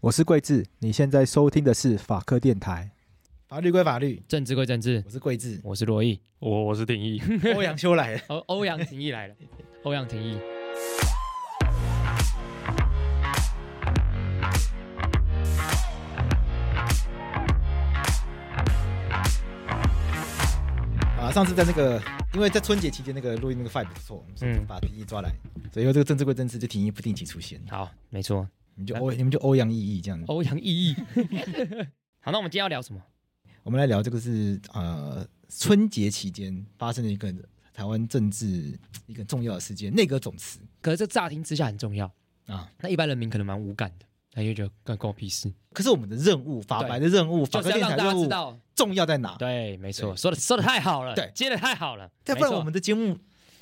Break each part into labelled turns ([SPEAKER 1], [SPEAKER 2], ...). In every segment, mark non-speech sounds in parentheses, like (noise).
[SPEAKER 1] 我是桂智，你现在收听的是法科电台。法律归法律，
[SPEAKER 2] 政治归政治，，
[SPEAKER 1] 我是桂智
[SPEAKER 2] (laughs) 我是罗毅，
[SPEAKER 3] 我我是定
[SPEAKER 2] (laughs)
[SPEAKER 3] 义，
[SPEAKER 1] 欧阳修来了。
[SPEAKER 2] 欧欧阳廷义来了，欧阳廷义。
[SPEAKER 1] 啊，上次在那个，因为在春节期间那个录音那个 fight 不错，所以我们
[SPEAKER 2] 嗯
[SPEAKER 1] 把廷义抓来，所以因为这个政治归政治，就廷义不定期出现，
[SPEAKER 2] 好，没错，
[SPEAKER 1] 你们就欧你们就欧阳毅毅这样子。
[SPEAKER 2] 欧阳毅 (laughs) 毅。好，那我们今天要聊什么？
[SPEAKER 1] 我们来聊这个是呃春节期间发生的一个台湾政治一个重要的事件，内阁总辞
[SPEAKER 2] 可是这乍听之下很重要，
[SPEAKER 1] 啊。
[SPEAKER 2] 那一般人民可能蛮无感的，他就觉得干关我屁事，
[SPEAKER 1] 可是我们的任务，法白的任务，法
[SPEAKER 2] 就是
[SPEAKER 1] 科
[SPEAKER 2] 要
[SPEAKER 1] 电
[SPEAKER 2] 让
[SPEAKER 1] 台
[SPEAKER 2] 大家
[SPEAKER 1] 任
[SPEAKER 2] 知
[SPEAKER 1] 务
[SPEAKER 2] 道。
[SPEAKER 1] 重要在哪？
[SPEAKER 2] 对，没错，
[SPEAKER 1] 对
[SPEAKER 2] 说的说的太好了，
[SPEAKER 1] 对
[SPEAKER 2] 接的太好了，
[SPEAKER 1] 再不然
[SPEAKER 2] 没错
[SPEAKER 1] 我们的节目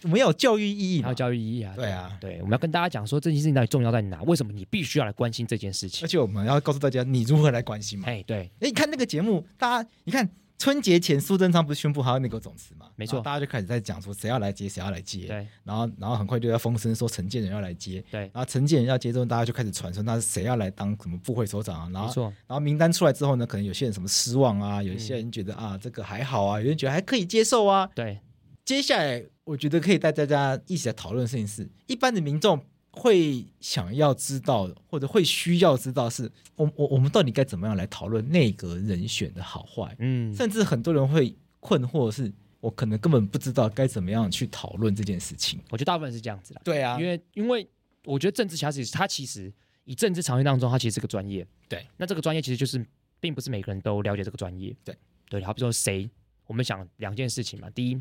[SPEAKER 1] 我们要有教育意
[SPEAKER 2] 还
[SPEAKER 1] 义嘛
[SPEAKER 2] 有。教育意义啊，
[SPEAKER 1] 对啊
[SPEAKER 2] 对，我们要跟大家讲说这件事情到底重要在哪，为什么你必须要来关心这件事
[SPEAKER 1] 而
[SPEAKER 2] 情？
[SPEAKER 1] 且我们要告诉大家你如何来关心嘛。
[SPEAKER 2] 哎，对，
[SPEAKER 1] 哎，你看那个节目，大家你看春节前苏贞昌不是宣布他要内阁总辞嘛？
[SPEAKER 2] 没错
[SPEAKER 1] 然后大家就开始在讲说谁要来接，谁要来接，
[SPEAKER 2] 对，
[SPEAKER 1] 然后然后很快就要风声说陈建仁要来接，
[SPEAKER 2] 对
[SPEAKER 1] 然后陈建仁要接之后，大家就开始传说那是谁要来当什么部会首长啊，然
[SPEAKER 2] 没
[SPEAKER 1] 后
[SPEAKER 2] 错，嗯
[SPEAKER 1] 然后名单出来之后呢，可能有些人什么失望啊，有些人觉得、啊这个还好啊，有人觉得还可以接受啊。
[SPEAKER 2] 对，
[SPEAKER 1] 接下来我觉得可以带大家一起来讨论的事情是，一般的民众会想要知道或者会需要知道是，我我我们到底该怎么样来讨论内阁人选的好坏，
[SPEAKER 2] 嗯，
[SPEAKER 1] 甚至很多人会困惑是，我可能根本不知道该怎么样去讨论这件事情。
[SPEAKER 2] 我觉得大部分是这样子啦，
[SPEAKER 1] 对啊
[SPEAKER 2] 因为因为我觉得政治瑕疵，它其实以政治常识当中，它其实是个专业。
[SPEAKER 1] 对，
[SPEAKER 2] 那这个专业其实就是并不是每个人都了解这个专业。
[SPEAKER 1] 对，
[SPEAKER 2] 对，好比说谁，我们想两件事情嘛，第一，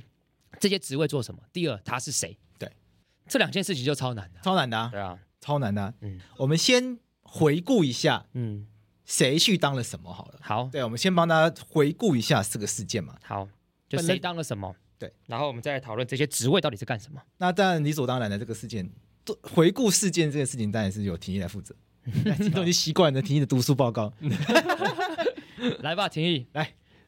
[SPEAKER 2] 这些职位做什么；第二，他是谁。
[SPEAKER 1] 对，
[SPEAKER 2] 这两件事情就超难的、
[SPEAKER 1] 超难的、啊，
[SPEAKER 2] 对啊，
[SPEAKER 1] 超难的、啊。
[SPEAKER 2] 嗯
[SPEAKER 1] 我们先回顾一下
[SPEAKER 2] 嗯，
[SPEAKER 1] 谁去当了什么好了。
[SPEAKER 2] 好
[SPEAKER 1] 对，我们先帮大家回顾一下这个事件嘛。
[SPEAKER 2] 好，就
[SPEAKER 1] 本来
[SPEAKER 2] 谁当了什么。
[SPEAKER 1] 对，
[SPEAKER 2] 然后我们再来讨论这些职位到底是干什么。
[SPEAKER 1] 那当然理所当然的这个事件，都回顾事件这件事情当然是由廷义来
[SPEAKER 2] (laughs)
[SPEAKER 1] 负责。都已经习惯了廷义的读书报告，
[SPEAKER 2] 嗯来吧，廷义，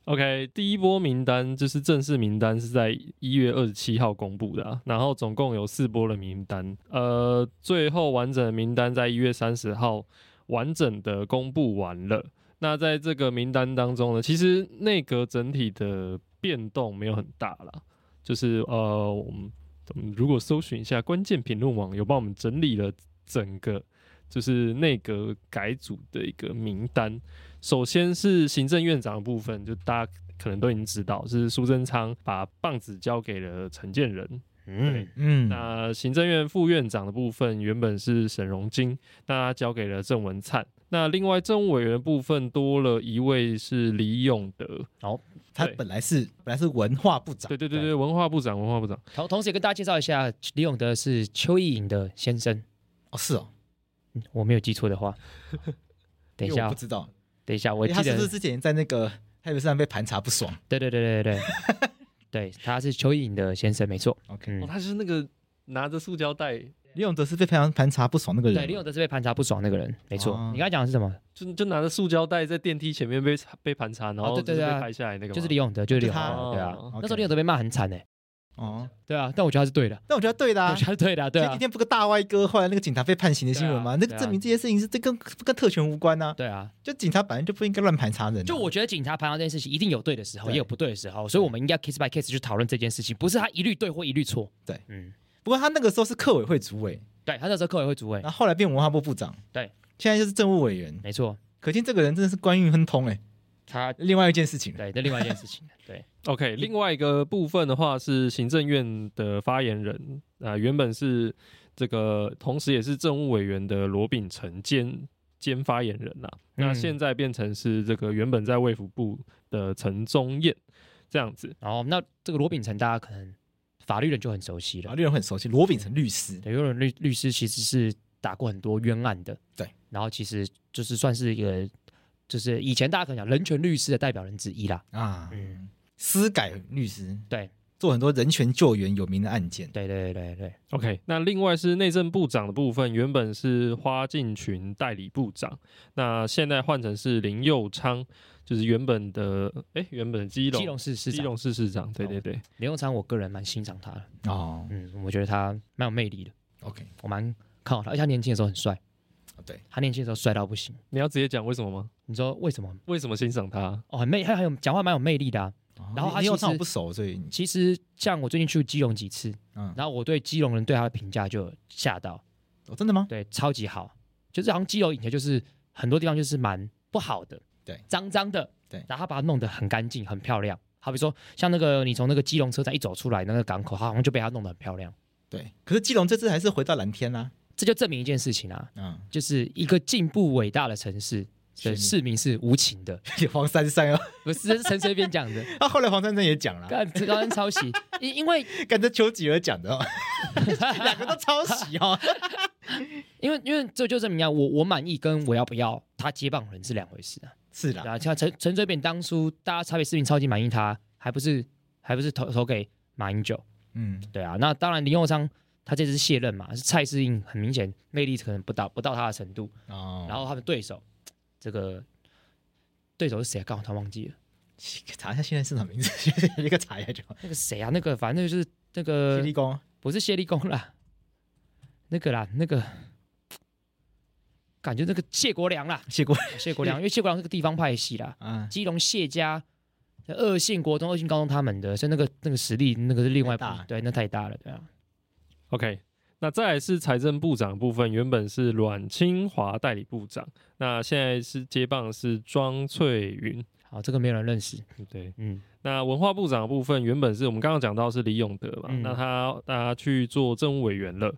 [SPEAKER 3] OK，第一波名单就是正式名单是在一月二十七号公布的啊、然后总共有四波的名单，呃，最后完整的名单在一月三十号完整的公布完了。那在这个名单当中呢，其实内阁整体的变动没有很大啦，就是呃，我们我们如果搜寻一下关键评论网，有帮我们整理了整个就是内阁改组的一个名单。首先是行政院长的部分，就大家可能都已经知道，是苏贞昌把棒子交给了陈建仁。
[SPEAKER 2] 嗯，
[SPEAKER 1] 嗯，
[SPEAKER 3] 那行政院副院长的部分原本是沈荣金，那他交给了郑文灿。那另外政务委员的部分多了一位是李永德，
[SPEAKER 1] 他
[SPEAKER 3] 对
[SPEAKER 1] 本来是本来是文化部长，
[SPEAKER 3] 对对对对，文化部长，文化部长。
[SPEAKER 2] 同同时也跟大家介绍一下，李永德是邱意颖的先生。
[SPEAKER 1] 哦是哦，
[SPEAKER 2] 嗯我没有记错的
[SPEAKER 1] (laughs)
[SPEAKER 2] 话，等一
[SPEAKER 1] 因为
[SPEAKER 2] 下
[SPEAKER 1] 我不
[SPEAKER 2] 哦，
[SPEAKER 1] 知道，
[SPEAKER 2] 等一下，我
[SPEAKER 1] 因
[SPEAKER 2] 记
[SPEAKER 1] 为他是
[SPEAKER 2] 得
[SPEAKER 1] 不是，之前在那个台北上被盘查不爽
[SPEAKER 2] 对对对对对对，对，
[SPEAKER 1] (laughs)
[SPEAKER 2] 他是邱意颖的先生，没错。
[SPEAKER 1] ？OK，
[SPEAKER 3] 哦，
[SPEAKER 2] 嗯，
[SPEAKER 3] 他就是那个拿着塑胶袋，
[SPEAKER 1] 李永德是被盘盘查不爽那个人，
[SPEAKER 2] 对，李永德是被盘查不爽那个人，没错。
[SPEAKER 1] 哦
[SPEAKER 2] 你刚才讲的是什么？
[SPEAKER 3] 就就拿着塑胶袋在电梯前面被被盘查，然
[SPEAKER 2] 哦
[SPEAKER 3] 后
[SPEAKER 2] 对对
[SPEAKER 3] 就是
[SPEAKER 2] 对啊
[SPEAKER 3] 被拍下来那个嘛，
[SPEAKER 2] 就是李永德，就是李永
[SPEAKER 1] 就他
[SPEAKER 2] 德，对啊
[SPEAKER 3] 哦。
[SPEAKER 2] 那时
[SPEAKER 1] OK
[SPEAKER 2] 候李永德被骂很惨哎，
[SPEAKER 1] 哦，
[SPEAKER 2] 对啊，但我觉得他是对的，
[SPEAKER 1] 但我觉得对的 (laughs)
[SPEAKER 2] 我
[SPEAKER 1] 啊
[SPEAKER 2] 觉。得他是对的，对
[SPEAKER 1] 前
[SPEAKER 2] 啊
[SPEAKER 1] 几，天不个大歪哥后来那个警察被判刑的新闻吗？
[SPEAKER 2] 对啊
[SPEAKER 1] 那个证明这些事情是这跟跟特权无关呐、啊。
[SPEAKER 2] 对啊。
[SPEAKER 1] 就警察本来就不应该乱盘查人啊、
[SPEAKER 2] 就我觉得警察盘查这件事情，一定有对的时候，
[SPEAKER 1] 对
[SPEAKER 2] 也有不对的时候，所以我们应该 case by case 去讨论这件事情，不是他一律对或一律错。
[SPEAKER 1] 对，
[SPEAKER 2] 嗯，
[SPEAKER 1] 不过他那个时候是客委会主委，
[SPEAKER 2] 对他那时候客委会主委，
[SPEAKER 1] 然后后来变文化部部长，
[SPEAKER 2] 对，
[SPEAKER 1] 现在就是政务委员。
[SPEAKER 2] 没错，
[SPEAKER 1] 可见这个人真的是官运亨通哎、
[SPEAKER 2] 他
[SPEAKER 1] 另外一件事情，
[SPEAKER 2] 对，那另外一件事情，对，
[SPEAKER 3] OK，另外一个部分的话是行政院的发言人啊、呃原本是这个，同时也是政务委员的罗秉成兼兼发言人啦、那
[SPEAKER 2] 嗯
[SPEAKER 3] 现在变成是这个原本在卫福部的陈宗彦这样子。
[SPEAKER 2] 然后那这个罗秉成，大家可能法律人就很熟悉
[SPEAKER 1] 然
[SPEAKER 2] 了
[SPEAKER 1] 后，啊令人很熟悉，罗秉成律师，
[SPEAKER 2] 对，因为律律师其实是打过很多冤案的，
[SPEAKER 1] 对，
[SPEAKER 2] 然后其实就是算是一个，就是以前大家可能讲人权律师的代表人之一啦，
[SPEAKER 1] 啊，
[SPEAKER 2] 嗯，
[SPEAKER 1] 司改律师，
[SPEAKER 2] 对，
[SPEAKER 1] 做很多人权救援有名的案件，
[SPEAKER 2] 对对对对对，
[SPEAKER 3] OK，那另外是内政部长的部分，原本是花敬群代理部长，那现在换成是林佑昌，就是原本的哎、原本的基隆
[SPEAKER 2] 基隆市市
[SPEAKER 3] 基
[SPEAKER 2] 长哦
[SPEAKER 3] 隆市市长，对对对。
[SPEAKER 2] 林永昌，我个人蛮欣赏他的，
[SPEAKER 1] 哦
[SPEAKER 2] 嗯，我觉得他蛮有魅力的，
[SPEAKER 1] ，OK，
[SPEAKER 2] 我蛮看好他，而且他年轻的时候很帅，
[SPEAKER 1] 啊对，
[SPEAKER 2] 他年轻的时候帅到不行，
[SPEAKER 3] 你要直接讲为什么吗？
[SPEAKER 2] 你说为什么？
[SPEAKER 3] 为什么欣赏他？
[SPEAKER 2] 哦，很魅，他很有讲话蛮有魅力的、啊。然后他
[SPEAKER 1] 因为我
[SPEAKER 2] 其实
[SPEAKER 1] 不熟，所以
[SPEAKER 2] 其实像我最近去基隆几次，
[SPEAKER 1] 嗯，
[SPEAKER 2] 然后我对基隆人对他的评价就有吓到，
[SPEAKER 1] 哦，真的吗？
[SPEAKER 2] 对，超级好。就是好像基隆以前就是很多地方就是蛮不好的，
[SPEAKER 1] 对
[SPEAKER 2] 脏脏的，
[SPEAKER 1] 对
[SPEAKER 2] 然后他把它弄得很干净、很漂亮。好比说像那个你从那个基隆车站一走出来，那个港口，它好像就被他弄得很漂亮。
[SPEAKER 1] 对，可是基隆这次还是回到蓝天啊啦、
[SPEAKER 2] 这就证明一件事情啊，
[SPEAKER 1] 嗯，
[SPEAKER 2] 就是一个进步伟大的城市的市民是无情的，
[SPEAKER 1] (laughs) 也黄珊珊哦，
[SPEAKER 2] 不是这是陈水扁讲 (laughs) 的，
[SPEAKER 1] 他后来黄珊珊也讲了，
[SPEAKER 2] 干这高人抄袭，因因为
[SPEAKER 1] 跟着丘吉尔讲
[SPEAKER 2] (laughs)
[SPEAKER 1] 的、哦，两个都抄袭哦。
[SPEAKER 2] 因为因为这就证明啊，我我满意跟我要不要他接棒人是两回事啊。
[SPEAKER 1] 是
[SPEAKER 2] 对
[SPEAKER 1] 啦，
[SPEAKER 2] 啊，像陈陈水扁当初大家台北市民超级满意他，还不是还不是投投给马英九？
[SPEAKER 1] 嗯，
[SPEAKER 2] 对啊，那当然林佑昌他这次是卸任嘛，是蔡适应，很明显魅力可能不到不到他的程度。
[SPEAKER 1] 哦，
[SPEAKER 2] 然后他们对手这个对手是谁啊？刚好他忘记了，
[SPEAKER 1] 查一下现在市场名字， (laughs) 一个查一下就好。
[SPEAKER 2] 那个谁啊？那个反正就是那
[SPEAKER 1] 霹
[SPEAKER 2] 个
[SPEAKER 1] 雳宫
[SPEAKER 2] 不是谢立功啦， (laughs) 那个啦，那个感觉那个谢国良啦，
[SPEAKER 1] 谢过
[SPEAKER 2] 谢国良，因为谢国良是个地方派系啦，
[SPEAKER 1] 啊，
[SPEAKER 2] 基隆谢家、二信国中、二信高中他们的，所以那个那个实力那个是另外一部
[SPEAKER 1] 太大
[SPEAKER 2] 对，那太大了，对啊。
[SPEAKER 3] OK，那再来是财政部长的部分，原本是阮清华代理部长，那现在是接棒是庄翠云。
[SPEAKER 2] 好，这个没有人认识，
[SPEAKER 3] 对，
[SPEAKER 2] 嗯，
[SPEAKER 3] 那文化部长的部分原本是我们刚刚讲到是李永德嘛，
[SPEAKER 2] 嗯
[SPEAKER 3] 那他他去做政务委员了，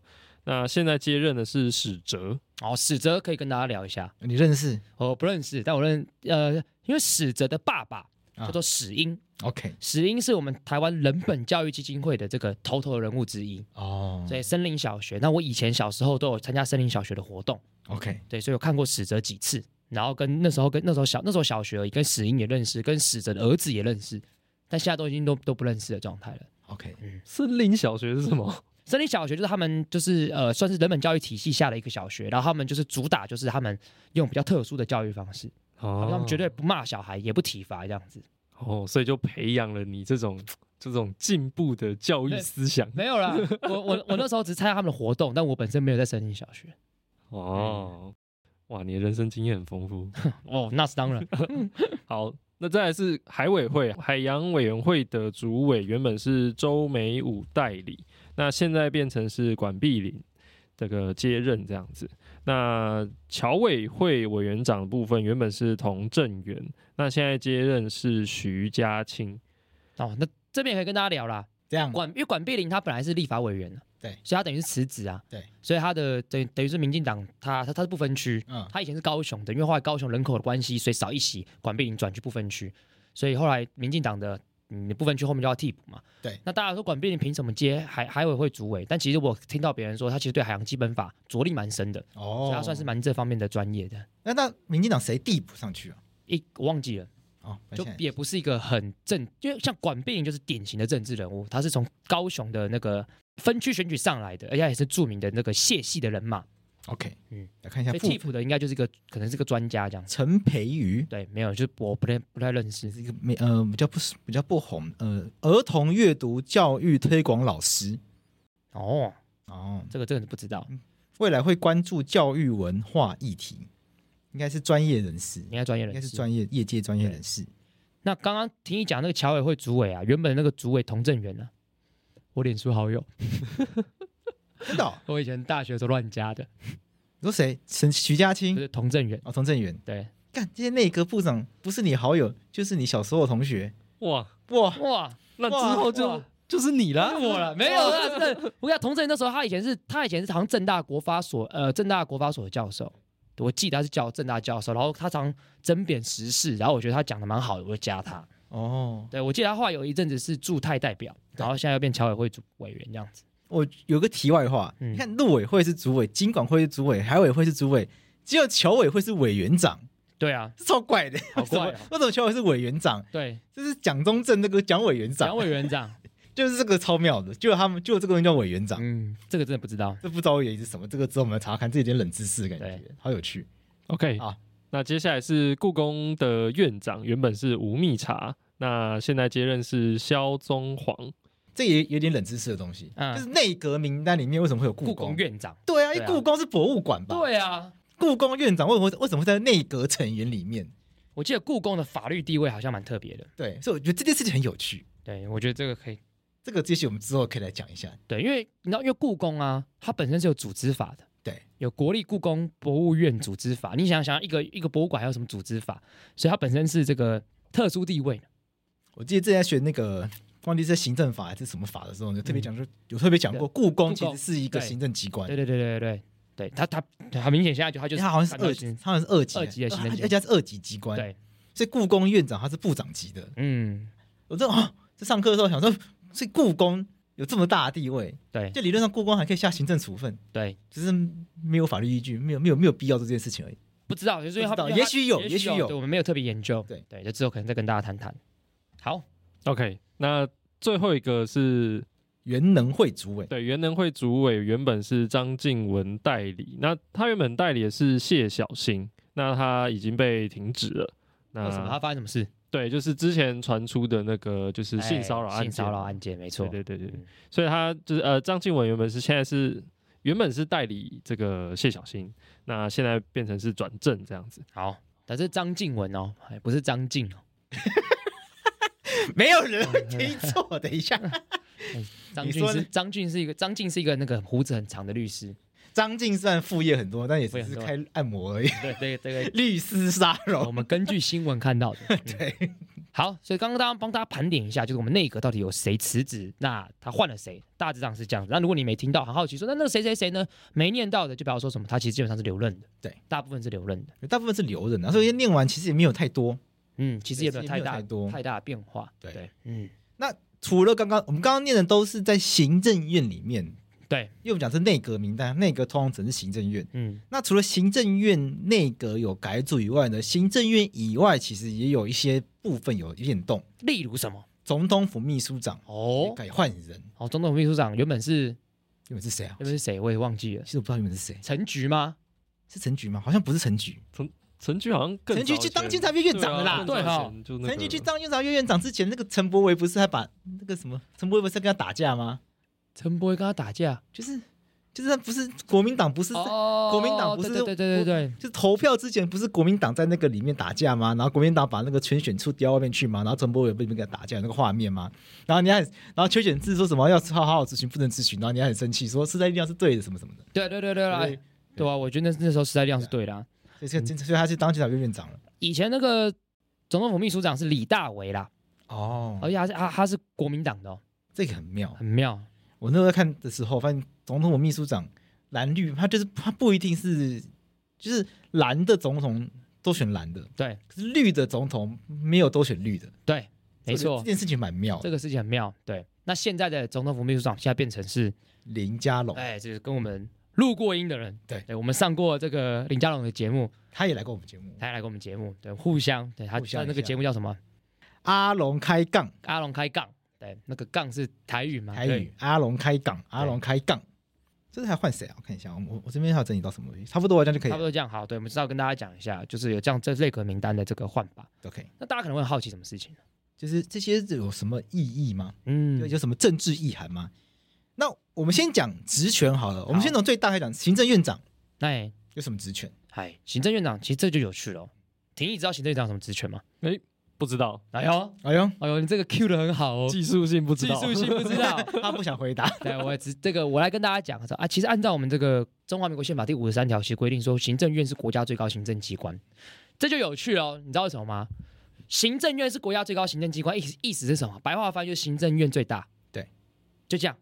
[SPEAKER 3] 那现在接任的是史哲。
[SPEAKER 2] 哦，史哲可以跟大家聊一下，
[SPEAKER 1] 你认识
[SPEAKER 2] 我不认识，但我认呃，因为史哲的爸爸
[SPEAKER 1] 啊
[SPEAKER 2] 叫做史英，
[SPEAKER 1] ？OK，
[SPEAKER 2] 史英是我们台湾人本教育基金会的这个头头人物之一，
[SPEAKER 1] 哦
[SPEAKER 2] 所以森林小学，那我以前小时候都有参加森林小学的活动，
[SPEAKER 1] ，OK，
[SPEAKER 2] 对，所以我看过史哲几次，然后跟那时候跟那时候小那时候小学而已，跟史英也认识，跟史哲的儿子也认识，但现在都已经都都不认识的状态了。
[SPEAKER 1] OK，
[SPEAKER 3] 森林小学是什么？
[SPEAKER 2] 森林小学就是他们就是呃算是人本教育体系下的一个小学，然后他们就是主打就是他们用比较特殊的教育方式，
[SPEAKER 3] (laughs) 哦
[SPEAKER 2] 他们绝对不骂小孩，也不体罚这样子。
[SPEAKER 3] 哦，所以就培养了你这种这种进步的教育思想
[SPEAKER 2] 没有啦，我我我那时候只是参加他们的活动，但我本身没有在森林小学。
[SPEAKER 3] 哦。哇，你的人生经验很丰富。
[SPEAKER 2] 哦，那是当然，
[SPEAKER 3] 好，那再来是海委会海洋委员会的主委，原本是周美武代理，那现在变成是管碧玲这个接任这样子。那侨委会委员长的部分原本是童振源，那现在接任是徐家清。
[SPEAKER 2] 哦，那这边也可以跟大家聊啦。
[SPEAKER 1] 这样
[SPEAKER 2] 管因为管碧玲她本来是立法委员啊
[SPEAKER 1] 嗯对
[SPEAKER 2] 所以她等于是辞职啊，
[SPEAKER 1] 对，
[SPEAKER 2] 所以她的等等于是民进党，她她她是不分区，
[SPEAKER 1] 嗯
[SPEAKER 2] 他以前是高雄的，因为后来高雄人口的关系，所以少一席，管碧玲转去不分区，所以后来民进党的嗯不分区后面就要替补嘛。
[SPEAKER 1] 对
[SPEAKER 2] 那大家说管碧玲凭什么接海海委会主委？但其实我听到别人说，他其实对海洋基本法着力蛮深的，所
[SPEAKER 1] 哦
[SPEAKER 2] 以他算是蛮这方面的专业的。
[SPEAKER 1] 那那民进党谁递补上去啊？
[SPEAKER 2] 一我忘记了，
[SPEAKER 1] 哦，
[SPEAKER 2] 就
[SPEAKER 1] 现在
[SPEAKER 2] 也不是一个很政，因为像管碧玲就是典型的政治人物，他是从高雄的那个分区选举上来的，而且他也是著名的那个谢系的人马，
[SPEAKER 1] OK，
[SPEAKER 2] 嗯
[SPEAKER 1] 嗯，来看一下
[SPEAKER 2] 所以
[SPEAKER 1] 傅
[SPEAKER 2] 替补的应该就是一个可能是个专家这样。
[SPEAKER 1] 陈培瑜，
[SPEAKER 2] 对，没有，就是我不太不太认识。
[SPEAKER 1] 是一个没呃比较不比较不红呃儿童阅读教育推广老师
[SPEAKER 2] 哦，
[SPEAKER 1] 哦，
[SPEAKER 2] 这个真的不知道，
[SPEAKER 1] 未来会关注教育文化议题，应该是专业人士，
[SPEAKER 2] 应该专业
[SPEAKER 1] 应
[SPEAKER 2] 人
[SPEAKER 1] 该
[SPEAKER 2] 士。
[SPEAKER 1] 是专业业界专业人士。
[SPEAKER 2] 那刚刚听你讲那个侨委会主委啊，原本那个主委童振源啊，我脸书好友，
[SPEAKER 1] 真的哦、
[SPEAKER 2] 我以前大学的时候乱加的，
[SPEAKER 1] 你说谁？陈徐佳
[SPEAKER 2] 就
[SPEAKER 1] 青
[SPEAKER 2] 是童振源。
[SPEAKER 1] 哦，童振源。
[SPEAKER 2] 对，
[SPEAKER 1] 干，这些内阁部长不是你好友，就是你小时候的同学。
[SPEAKER 3] 哇，
[SPEAKER 1] 哇，
[SPEAKER 2] 哇，
[SPEAKER 3] 那
[SPEAKER 1] 哇
[SPEAKER 3] 之后就
[SPEAKER 2] 哇
[SPEAKER 3] 就是你啦，
[SPEAKER 2] 是我了，没有啦。真的哦我跟你讲，童振源那时候他以前是，他以前是好像正大国发所，呃，正大国发所的教授，我记得他是教正大教授，然后他常争辩时事，然后我觉得他讲的蛮好的，我就加他。
[SPEAKER 1] 哦，
[SPEAKER 2] 对，我记得他后来有一阵子是驻泰代表，然后现在又变侨委会主委员这样子。
[SPEAKER 1] 我有个题外话，
[SPEAKER 2] 嗯
[SPEAKER 1] 你看陆委会是主委，经管会是主委，海委会是主委，只有侨委会是委员长，
[SPEAKER 2] 对啊，
[SPEAKER 1] 这超怪的。
[SPEAKER 2] 好怪哦
[SPEAKER 1] (laughs) 为什么为什么侨委是委员长？
[SPEAKER 2] 对，
[SPEAKER 1] 这是蒋中正那个蒋委员
[SPEAKER 2] 蒋
[SPEAKER 1] 长，
[SPEAKER 2] 委员 (laughs) 长，
[SPEAKER 1] 就是这个超妙的，就他们就这个人叫委员长，
[SPEAKER 2] 嗯，这个真的不知道。
[SPEAKER 1] 这不知道也是什么，这个之后我们来查看，这有点冷知识的感
[SPEAKER 2] 对
[SPEAKER 1] 觉，好有趣。
[SPEAKER 3] OK
[SPEAKER 1] 好
[SPEAKER 3] 那接下来是故宫的院长，原本是吴密察，那现在接任是萧宗煌。
[SPEAKER 1] 这也有点冷知识的东西，
[SPEAKER 2] 嗯
[SPEAKER 1] 就是内阁名单里面为什么会有故
[SPEAKER 2] 故
[SPEAKER 1] 宫？
[SPEAKER 2] 宫院长，
[SPEAKER 1] 对啊，
[SPEAKER 2] 对
[SPEAKER 1] 因
[SPEAKER 2] 啊
[SPEAKER 1] 为故宫是博物馆吧？
[SPEAKER 2] 对啊，
[SPEAKER 1] 故宫院长为什么为什么会在内阁成员里面？
[SPEAKER 2] 我记得故宫的法律地位好像蛮特别的。
[SPEAKER 1] 对，所以我觉得这件事情很有趣，
[SPEAKER 2] 对，我觉得这个可以。
[SPEAKER 1] 这个也许我们之后可以来讲一下。
[SPEAKER 2] 对，因为你知道，因为故宫啊，它本身是有组织法的。
[SPEAKER 1] 对，
[SPEAKER 2] 有国立故宫博物院组织法。你想想，一个一个博物馆还有什么组织法？所以它本身是这个特殊地位的。
[SPEAKER 1] 我记得之前学那个忘记是行政法还是什么法的时候，就
[SPEAKER 2] 嗯
[SPEAKER 1] 特别讲说有特别讲过，故宫其实是一个行政机关
[SPEAKER 2] 对，对对对对对，它它很明显，现在就它就是
[SPEAKER 1] 它好像是
[SPEAKER 2] 反正
[SPEAKER 1] 二
[SPEAKER 2] 就
[SPEAKER 1] 级，它好像是二级，
[SPEAKER 2] 二级的行政机关
[SPEAKER 1] 而且它是二级机关。
[SPEAKER 2] 对，
[SPEAKER 1] 所以故宫院长他是部长级的。
[SPEAKER 2] 嗯，
[SPEAKER 1] 我这哦，这上课的时候想说，所以故宫有这么大的地位，
[SPEAKER 2] 对
[SPEAKER 1] 就理论上故宫还可以下行政处分，
[SPEAKER 2] 对，
[SPEAKER 1] 只是没有法律依据，没有没有没有必要做这件事情而已。
[SPEAKER 2] 不知道，就是因为它
[SPEAKER 1] 不知道
[SPEAKER 2] 因为它
[SPEAKER 1] 也许有也许有
[SPEAKER 2] 对我们没有特别研究。
[SPEAKER 1] 对
[SPEAKER 2] 对，就之后可能再跟大家谈谈。好，
[SPEAKER 3] OK，那最后一个是
[SPEAKER 1] 原能会主委
[SPEAKER 3] 对原能会主委，原本是张静文代理，那他原本代理的是谢小新，那他已经被停职了。
[SPEAKER 2] 为什么
[SPEAKER 3] 那
[SPEAKER 2] 它发生什么事？
[SPEAKER 3] 对，就是之前传出的那个就是性骚扰
[SPEAKER 2] 哎
[SPEAKER 3] 案
[SPEAKER 2] 性
[SPEAKER 3] 件，
[SPEAKER 2] 骚扰案件，没错。
[SPEAKER 3] 对对对对
[SPEAKER 2] 嗯，
[SPEAKER 3] 所以他就是呃，张静文原本是现在是原本是代理这个谢小新，那现在变成是转正这样子。
[SPEAKER 2] 好，但是张静文哦，哎不是张静哦，
[SPEAKER 1] (laughs) 没有人会听错，等一下。
[SPEAKER 2] 张
[SPEAKER 1] 你
[SPEAKER 2] 俊
[SPEAKER 1] 说
[SPEAKER 2] 是
[SPEAKER 1] 呢
[SPEAKER 2] 张俊是一个张静是一个那个胡子很长的律师，
[SPEAKER 1] (laughs) 张晋虽然副业很多，但也只
[SPEAKER 2] 副
[SPEAKER 1] 是
[SPEAKER 2] 业
[SPEAKER 1] 开按摩而已。
[SPEAKER 2] (laughs) 对对这个
[SPEAKER 1] (laughs) 律师沙
[SPEAKER 2] (laughs) 我
[SPEAKER 1] 龙，
[SPEAKER 2] 们根据新闻看到的。 (laughs) 对，好，所以刚刚大家帮大家盘点一下，就是我们内阁到底有谁辞职，那他换了谁，大致上是这样子。那如果你没听到，很好奇说，那那个谁谁谁呢？没念到的，就不要说什么，他其实基本上是留任的，
[SPEAKER 1] 对，
[SPEAKER 2] 大部分是留任的。
[SPEAKER 1] 大部分是留人啊，所以念完其实也没有太多。
[SPEAKER 2] 嗯，其实也没有
[SPEAKER 1] 对
[SPEAKER 2] 太
[SPEAKER 1] 其实也没有
[SPEAKER 2] 大
[SPEAKER 1] 太多
[SPEAKER 2] 太大的变化。
[SPEAKER 1] 对，
[SPEAKER 2] 嗯，
[SPEAKER 1] 除了刚刚我们刚刚念的都是在行政院里面，
[SPEAKER 2] 对，
[SPEAKER 1] 因为我们讲是内阁名单，内阁通常只是行政院。
[SPEAKER 2] 嗯，
[SPEAKER 1] 那除了行政院内阁有改组以外呢，行政院以外其实也有一些部分有变动，
[SPEAKER 2] 例如什么？
[SPEAKER 1] 总统府秘书长也
[SPEAKER 2] 哦，
[SPEAKER 1] 改换人，
[SPEAKER 2] 哦，总统秘书长原本是
[SPEAKER 1] 原本是谁啊
[SPEAKER 2] 原？本是谁，我也忘记了，
[SPEAKER 1] 其实我不知道原本是谁，
[SPEAKER 2] 陈菊吗？
[SPEAKER 1] 是陈菊吗？好像不是陈菊，
[SPEAKER 3] 陈菊好像更
[SPEAKER 1] 陈菊
[SPEAKER 3] 早
[SPEAKER 1] 去
[SPEAKER 3] 前
[SPEAKER 1] 当监察院院长了啦
[SPEAKER 2] 对
[SPEAKER 3] 哈、
[SPEAKER 2] 哈
[SPEAKER 3] 更早前就那个
[SPEAKER 1] 陈菊去当监察院院长之前，那个陈柏惟不是还把那个什么陈柏惟不是在跟他打架吗？
[SPEAKER 2] 陈柏惟跟他打架，
[SPEAKER 1] 就是就是他不是国民党不是在
[SPEAKER 2] 哦
[SPEAKER 1] 国民党不是
[SPEAKER 2] 对对对对对
[SPEAKER 1] 就是投票之前不是国民党在那个里面打架吗？然后国民党把那个全选处丢到外面去嘛，然后陈柏惟被里面给他打架有那个画面吗？然后你还然后邱显志说什么要好好咨询不能咨询，然后你还很生气说是在力量是对的什么什么的，
[SPEAKER 2] 对对对对
[SPEAKER 1] 对
[SPEAKER 2] 对，对啊，我觉得那那时候时代力量是对的啊。
[SPEAKER 1] 所以这个所以他去当检察院院长了。
[SPEAKER 2] 以前那个总统府秘书长是李大为啦，而
[SPEAKER 1] 哦，
[SPEAKER 2] 且他是他他是国民党的、哦，
[SPEAKER 1] 这个很妙。
[SPEAKER 2] 很妙。
[SPEAKER 1] 我那时候在看的时候，发现总统府秘书长蓝绿，他就是他不一定是就是蓝的总统都选蓝的，
[SPEAKER 2] 对
[SPEAKER 1] 可是绿的总统没有都选绿的，
[SPEAKER 2] 对，没
[SPEAKER 1] 我觉得
[SPEAKER 2] 错
[SPEAKER 1] 这，件事情蛮妙
[SPEAKER 2] 这
[SPEAKER 1] 的。
[SPEAKER 2] 个事情很妙。对，那现在的总统府秘书长现在变成是，
[SPEAKER 1] 林佳龙
[SPEAKER 2] 哎，就是跟我们录过音的人，
[SPEAKER 1] 哦对
[SPEAKER 2] 对，我们上过这个林佳龙的节目，
[SPEAKER 1] 他也来过我们节目，
[SPEAKER 2] 他也来过我们节目，对，互相，对他
[SPEAKER 1] 互相
[SPEAKER 2] 他
[SPEAKER 1] 一
[SPEAKER 2] 那个
[SPEAKER 1] 下
[SPEAKER 2] 节目叫什么？
[SPEAKER 1] 阿龙开杠。
[SPEAKER 2] 阿啊龙开杠，对，那个杠是台语嘛，
[SPEAKER 1] 台
[SPEAKER 2] 对
[SPEAKER 1] 语，阿龙开杠，阿龙开杠，这次还换谁啊？我看一下，我我我这边还有整理到什么东西，差不多这样就可以
[SPEAKER 2] 差不
[SPEAKER 1] 了。
[SPEAKER 2] 多这样。好，对，我们知道跟大家讲一下，就是有这样这类个名单的这个换法。
[SPEAKER 1] OK，
[SPEAKER 2] 那大家可能会很好奇什么事情呢？
[SPEAKER 1] 就是这些有什么意义吗？有
[SPEAKER 2] 嗯，
[SPEAKER 1] 有什么政治意涵吗？那我们先讲职权好了，我们先从最大开始讲，行政院长
[SPEAKER 2] 那也
[SPEAKER 1] 有什么职权？
[SPEAKER 2] 哎，行政院长其实这就有趣了哦。廷义知道行政院长有什么职权吗？
[SPEAKER 3] 不知道，
[SPEAKER 2] 哎 (laughs) 呦，
[SPEAKER 1] 哎呦，
[SPEAKER 2] 哎呦，你这个 Q 的很好 (laughs) 哦，
[SPEAKER 3] 技术性不知
[SPEAKER 2] 技
[SPEAKER 3] 道，
[SPEAKER 2] 术性不知道。
[SPEAKER 1] (laughs) 他不想回答。
[SPEAKER 2] (laughs) 对，我只这个我来跟大家讲说啊，其实按照我们这个《中华民国宪法》第五十三条，其实规定说，行政院是国家最高行政机关，这就有趣哦。你知道为什么吗？行政院是国家最高行政机关，意思意思是什么？白话翻就是行政院最大。
[SPEAKER 1] 对，
[SPEAKER 2] 就这样。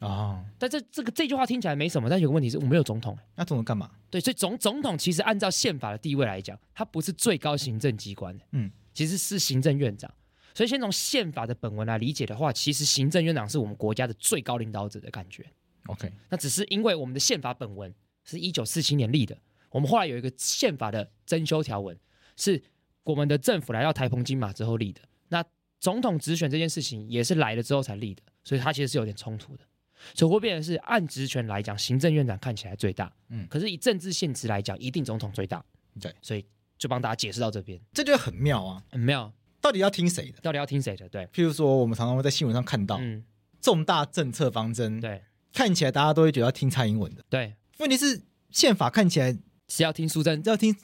[SPEAKER 1] 哦，
[SPEAKER 2] 但这这个这句话听起来没什么，但有个问题是我们没有总统。啊
[SPEAKER 1] 那总统干嘛？
[SPEAKER 2] 对，所以总总统其实按照宪法的地位来讲，他不是最高行政机关的，
[SPEAKER 1] 嗯，
[SPEAKER 2] 其实是行政院长。所以先从宪法的本文来理解的话，其实行政院长是我们国家的最高领导者的感觉。
[SPEAKER 1] OK，
[SPEAKER 2] 那只是因为我们的宪法本文是一九四七年立的，我们后来有一个宪法的征修条文，是我们的政府来到台澎金马之后立的。那总统直选这件事情也是来了之后才立的，所以它其实是有点冲突的。所以会变成是啊按职权来讲，行政院长看起来最大，
[SPEAKER 1] 嗯
[SPEAKER 2] 可是以政治现实来讲，一定总统最大，
[SPEAKER 1] 对，
[SPEAKER 2] 所以就帮大家解释到这边，
[SPEAKER 1] 这就很妙啊！
[SPEAKER 2] 嗯、没有
[SPEAKER 1] 到底要听谁的？
[SPEAKER 2] 到底要听谁的？对，
[SPEAKER 1] 譬如说，我们常常会在新闻上看到
[SPEAKER 2] 嗯，
[SPEAKER 1] 重大政策方针，
[SPEAKER 2] 对
[SPEAKER 1] 看起来大家都会觉得要听蔡英文的。
[SPEAKER 2] 对，
[SPEAKER 1] 问题是，宪法看起来
[SPEAKER 2] 是要听苏贞，
[SPEAKER 1] 要听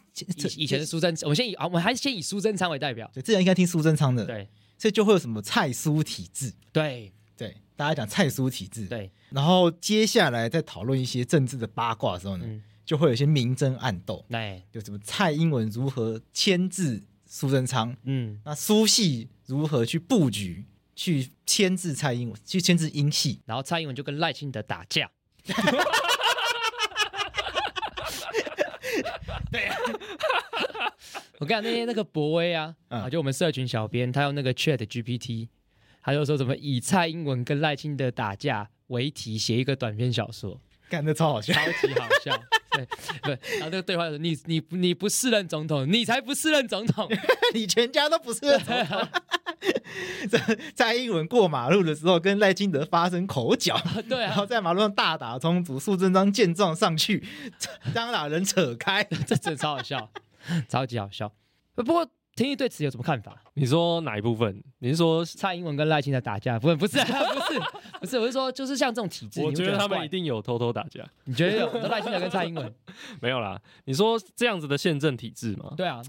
[SPEAKER 2] 以以前的苏贞，我们先以啊，我们还是先以苏贞昌为代表，
[SPEAKER 1] 对，之前应该听苏贞昌的，
[SPEAKER 2] 对
[SPEAKER 1] 所以就会有什么蔡苏体制。
[SPEAKER 2] 对
[SPEAKER 1] 对，大家讲蔡苏体制，
[SPEAKER 2] 对，
[SPEAKER 1] 然后接下来再讨论一些政治的八卦的时候呢，
[SPEAKER 2] 嗯，
[SPEAKER 1] 就会有一些明争暗斗，
[SPEAKER 2] 对，
[SPEAKER 1] 有什么蔡英文如何牵制苏贞昌，
[SPEAKER 2] 嗯，
[SPEAKER 1] 那苏系如何去布局，去牵制蔡英文，去牵制英系，
[SPEAKER 2] 然后蔡英文就跟赖清德打 (laughs) 架，啊对、 (laughs) 我跟你讲那天那个博威啊，
[SPEAKER 1] 嗯
[SPEAKER 2] 啊，就我们社群小编，他用那个 Chat GPT，他就说什么以蔡英文跟赖清德打架为题写一个短篇小说，
[SPEAKER 1] 干的超好笑。 (laughs)
[SPEAKER 2] 超级好笑。 (laughs) 对，对，然后那个对话就说你你你不是任总统，你才不是任总统， (laughs)
[SPEAKER 1] 你全家都不是那种。蔡蔡英文过马路的时候跟赖清德发生口角，
[SPEAKER 2] 对
[SPEAKER 1] 然
[SPEAKER 2] 啊
[SPEAKER 1] 后，在马路上大打冲突，苏贞昌见状上去，将老人扯开。
[SPEAKER 2] (laughs) 这真的超好笑，超级好笑。不过廷义对此有什么看法？
[SPEAKER 3] (laughs) 你说哪一部分？你是说？
[SPEAKER 2] 蔡英文跟赖清德打架，不是不是啊 (laughs) 不是不是，我是说就是像这种体制，
[SPEAKER 3] 我
[SPEAKER 2] 你会
[SPEAKER 3] 觉
[SPEAKER 2] 觉
[SPEAKER 3] 得他们
[SPEAKER 2] 怪
[SPEAKER 3] 一定有偷偷打架， (laughs)
[SPEAKER 2] 你觉得有你说赖清德跟蔡英文，
[SPEAKER 3] 没有啦。你说这样子的宪政体制吗？
[SPEAKER 2] 对啊，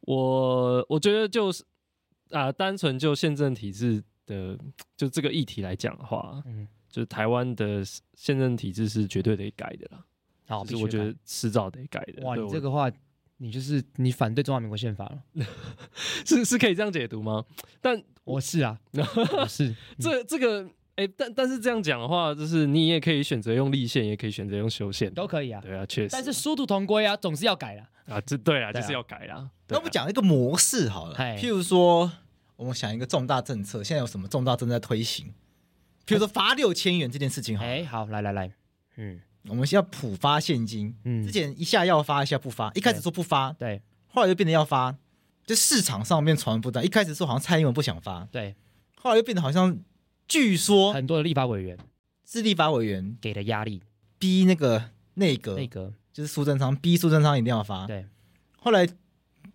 [SPEAKER 3] 我我觉得就是啊、单纯就宪政体制的就这个议题来讲的话，
[SPEAKER 2] 嗯，
[SPEAKER 3] 就是台湾的宪政体制是绝对得改的啦。
[SPEAKER 2] 好，
[SPEAKER 3] 就是
[SPEAKER 2] 必须
[SPEAKER 3] 我觉
[SPEAKER 2] 改
[SPEAKER 3] 得迟早得改的。
[SPEAKER 2] 哇，
[SPEAKER 3] 对
[SPEAKER 2] 你
[SPEAKER 3] 我
[SPEAKER 2] 这个话，你就是你反对中华民国宪法了，
[SPEAKER 3] 是是可以这样解读吗？但
[SPEAKER 2] 我是啊，我是，
[SPEAKER 3] 这这个哎、但但是这样讲的话，就是你也可以选择用立宪，也可以选择用修宪，
[SPEAKER 2] 都可以啊，
[SPEAKER 3] 对啊，确实。
[SPEAKER 2] 但是殊途同归啊，总是要改啦。
[SPEAKER 3] 啊，这对啊，
[SPEAKER 2] 对
[SPEAKER 3] 就
[SPEAKER 2] 啊
[SPEAKER 3] 是要改啦。对
[SPEAKER 1] 那
[SPEAKER 3] 啊
[SPEAKER 1] 我们讲一个模式好了，
[SPEAKER 2] 嗨
[SPEAKER 1] 譬如说，我们想一个重大政策，现在有什么重大政策在推行？譬如说发六千元这件事情好了，
[SPEAKER 2] 哎，好，来来来，嗯
[SPEAKER 1] 我们要普发现金，之
[SPEAKER 2] 嗯，
[SPEAKER 1] 前一下要发，一下不发，一开始说不发，
[SPEAKER 2] 对
[SPEAKER 1] 后来又变得要发，就市场上面传闻不断，一开始说好像蔡英文不想发，
[SPEAKER 2] 对，
[SPEAKER 1] 后来又变得好像，据说
[SPEAKER 2] 很多的立法委员
[SPEAKER 1] 是立法委员
[SPEAKER 2] 给的压力，
[SPEAKER 1] 逼那个内
[SPEAKER 3] 呃
[SPEAKER 1] 阁，
[SPEAKER 2] 内阁
[SPEAKER 1] 就是苏贞昌逼苏贞昌一定要发。
[SPEAKER 2] 对，
[SPEAKER 1] 后来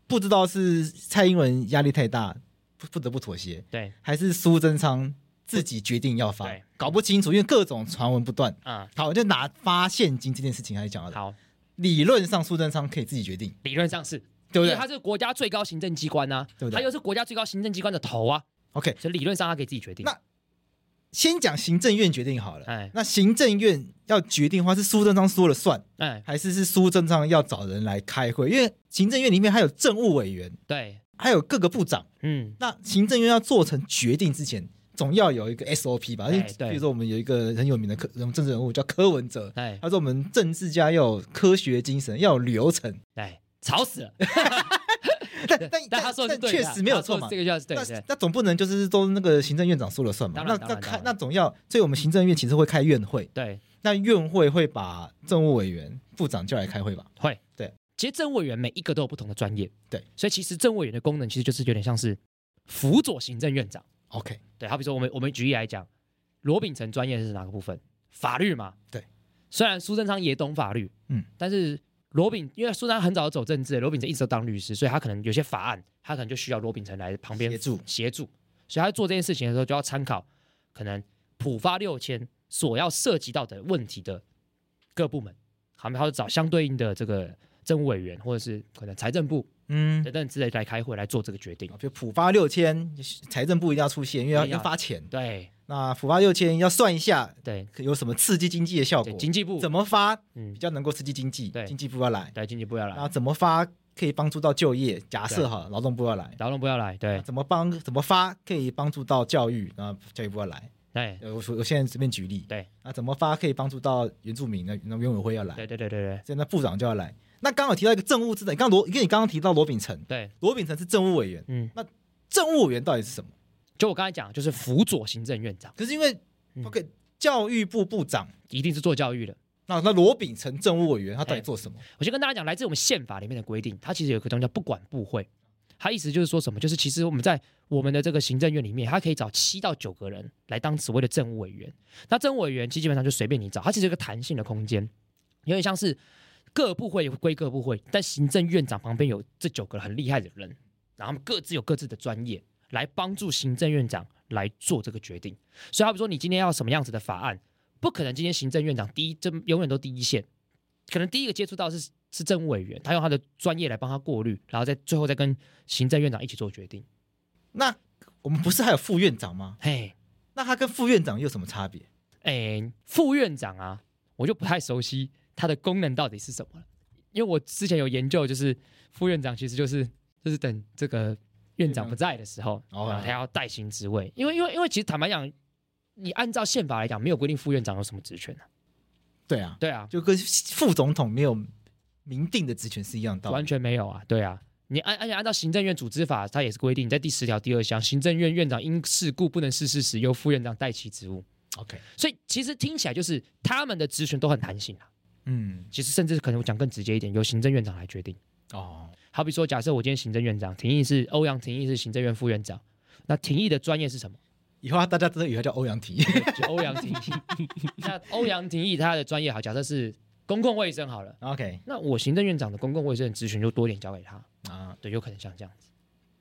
[SPEAKER 1] 不知道是蔡英文压力太大，不不得不妥协，
[SPEAKER 2] 对
[SPEAKER 1] 还是苏贞昌自己决定要发
[SPEAKER 2] 对，
[SPEAKER 1] 搞不清楚，因为各种传闻不断。
[SPEAKER 2] 啊，
[SPEAKER 1] 好，就拿发现金这件事情来讲好了，
[SPEAKER 2] 好，
[SPEAKER 1] 理论上苏贞昌可以自己决定，
[SPEAKER 2] 理论上是。
[SPEAKER 1] 对
[SPEAKER 2] 因
[SPEAKER 1] 不
[SPEAKER 2] 为
[SPEAKER 1] 对
[SPEAKER 2] 他是国家最高行政机关呐、
[SPEAKER 1] 对不对
[SPEAKER 2] 他又是国家最高行政机关的头啊，
[SPEAKER 1] ？OK，
[SPEAKER 2] 所以理论上他可以自己决定。
[SPEAKER 1] 那先讲行政院决定好了。
[SPEAKER 2] 哎
[SPEAKER 1] 那行政院要决定的话，是苏贞昌说了算，
[SPEAKER 2] 哎，
[SPEAKER 1] 还是是苏贞昌要找人来开会？因为行政院里面还有政务委员，
[SPEAKER 2] 对，
[SPEAKER 1] 还有各个部长。
[SPEAKER 2] 嗯，
[SPEAKER 1] 那行政院要做成决定之前，总要有一个 SOP 吧？因为
[SPEAKER 2] 哎对
[SPEAKER 1] 比如说我们有一个很有名的科政治人物叫柯文哲，
[SPEAKER 2] 哎
[SPEAKER 1] 他说我们政治家要有科学精神，要有流程。
[SPEAKER 2] 哎，吵死了。
[SPEAKER 1] (laughs) 但但
[SPEAKER 2] (laughs) 但他说的是对
[SPEAKER 1] 确
[SPEAKER 2] 的啊
[SPEAKER 1] 实没有错
[SPEAKER 2] 他说
[SPEAKER 1] 嘛
[SPEAKER 2] 这。个就是对
[SPEAKER 1] 那
[SPEAKER 2] 对，
[SPEAKER 1] 那总不能就是都那个行政院长说了算嘛？
[SPEAKER 2] 当
[SPEAKER 1] 那
[SPEAKER 2] 然
[SPEAKER 1] 那
[SPEAKER 2] 当然
[SPEAKER 1] 开
[SPEAKER 2] 当然
[SPEAKER 1] 那总要，所以我们行政院其实会开院会，
[SPEAKER 2] 对，
[SPEAKER 1] 那院会会把政务委员、部长叫来开会吧？
[SPEAKER 2] 会
[SPEAKER 1] 对。
[SPEAKER 2] 其实政务委员每一个都有不同的专业，
[SPEAKER 1] 对，
[SPEAKER 2] 所以其实政务委员的功能其实就是有点像是辅佐行政院长。
[SPEAKER 1] OK，
[SPEAKER 2] 对，好比说我们我们举例来讲，罗秉成专业是哪个部分？法律嘛。
[SPEAKER 1] 对。
[SPEAKER 2] 虽然苏贞昌也懂法律，嗯
[SPEAKER 1] 嗯，
[SPEAKER 2] 但是罗秉因为苏贞昌很早走政治，罗秉成一直都当律师，所以他可能有些法案，他可能就需要罗秉成来旁边
[SPEAKER 1] 协助
[SPEAKER 2] 协助，所以他做这件事情的时候就要参考可能普发六千所要涉及到的问题的各部门，好，然后找相对应的这个政务委员或者是可能财政部
[SPEAKER 1] 嗯，
[SPEAKER 2] 等等之类来开会来做这个决定。
[SPEAKER 1] 就普发六千，财政部一定要出现，因为要
[SPEAKER 2] 一定要
[SPEAKER 1] 要发钱。
[SPEAKER 2] 对
[SPEAKER 1] 那普发六千要算一下
[SPEAKER 2] 对
[SPEAKER 1] 有什么刺激经济的效果
[SPEAKER 2] 对，，经济部
[SPEAKER 1] 怎么发
[SPEAKER 2] 嗯
[SPEAKER 1] 比，较能够刺激经济
[SPEAKER 2] 对，
[SPEAKER 1] 经济部要来。
[SPEAKER 2] 对经济部要
[SPEAKER 1] 然
[SPEAKER 2] 来
[SPEAKER 1] 后，怎么发可以帮助到就业，假
[SPEAKER 2] 对
[SPEAKER 1] 设哈，劳动部要来。啊
[SPEAKER 2] 劳动部要来，对
[SPEAKER 1] 怎么帮怎么发可以帮助到教育，然后教育部要来。
[SPEAKER 2] 对
[SPEAKER 1] 呃我说我现在随便举例，
[SPEAKER 2] 对
[SPEAKER 1] 啊，怎么发可以帮助到原住民那那原委会要来，
[SPEAKER 2] 对对对对对
[SPEAKER 1] 所以那部长就要来。那刚好提到一个政务之长，你刚罗，因为你刚刚提到罗秉成，
[SPEAKER 2] 对，
[SPEAKER 1] 罗秉成是政务委员，
[SPEAKER 2] 嗯。
[SPEAKER 1] 政务委员到底是什么？
[SPEAKER 2] 就我刚才讲，就是辅佐行政院长
[SPEAKER 1] 可是因为
[SPEAKER 2] 嗯
[SPEAKER 1] OK 教育部部长，
[SPEAKER 2] 一定是做教育的。
[SPEAKER 1] 那那罗秉成政务委员他到底做什么？
[SPEAKER 2] 我先跟大家讲，来自我们宪法里面的规定，它其实有一个东西叫不管部会，它意思就是说什么？就是其实我们在我们的这个行政院里面，它可以找七到九个人来当所谓的政务委员。那政务委员其实基本上就随便你找，它其实有一个弹性的空间，有点像是各部会归各部会，但行政院长旁边有这九个很厉害的人，然后他们各自有各自的专业，来帮助行政院长来做这个决定。所以，好比说你今天要什么样子的法案，不可能今天行政院长第一，这永远都第一线，可能第一个接触到是是政务委员，他用他的专业来帮他过滤，然后再最后再跟行政院长一起做决定。
[SPEAKER 1] 那我们不是还有副院长吗？
[SPEAKER 2] 嘿，
[SPEAKER 1] 那他跟副院长又有什么差别？
[SPEAKER 2] 哎，副院长啊，我就不太熟悉他的功能到底是什么了，因为我之前有研究，就是副院长其实就是就是等这个院长不在的时候，然
[SPEAKER 1] 哦
[SPEAKER 2] 后他要代行职位，因为因为因为其实坦白讲，你按照宪法来讲，没有规定副院长有什么职权啊。
[SPEAKER 1] 对啊，
[SPEAKER 2] 对啊，
[SPEAKER 1] 就跟副总统没有明定的职权是一样的道
[SPEAKER 2] 完
[SPEAKER 1] 理。
[SPEAKER 2] 全没有啊，对啊。你按而且按照行政院组织法，它也是规定，在第十条第二项，行政院院长因事故不能逝世时，由副院长代其职务。
[SPEAKER 1] OK，
[SPEAKER 2] 所以其实听起来就是他们的职权都很弹性啊。
[SPEAKER 1] 嗯，
[SPEAKER 2] 其实甚至可能我讲更直接一点，由行政院长来决定。
[SPEAKER 1] 哦，
[SPEAKER 2] 好比说，假设我今天行政院长廷义是哦欧阳廷义是行政院副院长，那廷义的专业是什么？
[SPEAKER 1] 以后大家都以为他叫欧阳提，
[SPEAKER 2] 就欧阳廷义。那欧阳廷义他的专业好，假设是公共卫生好了，
[SPEAKER 1] (laughs) OK
[SPEAKER 2] 那我行政院长的公共卫生职权就多点交给他，
[SPEAKER 1] 啊。
[SPEAKER 2] 对，有可能像这样。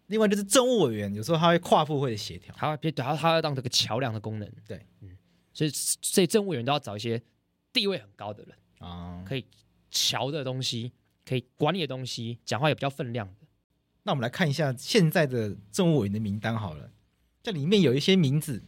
[SPEAKER 1] 另外就是政务委员，有时候他会跨部会的协调。
[SPEAKER 2] 他别他他要当这个桥梁的功能。
[SPEAKER 1] 对，
[SPEAKER 2] 嗯，所以所以政务员都要找一些地位很高的人，
[SPEAKER 1] 啊、
[SPEAKER 2] 可以桥的东西，可以管理的东西，讲话也比较分量的。
[SPEAKER 1] 那我们来看一下现在的政务委员的名单好了，这里面有一些名字，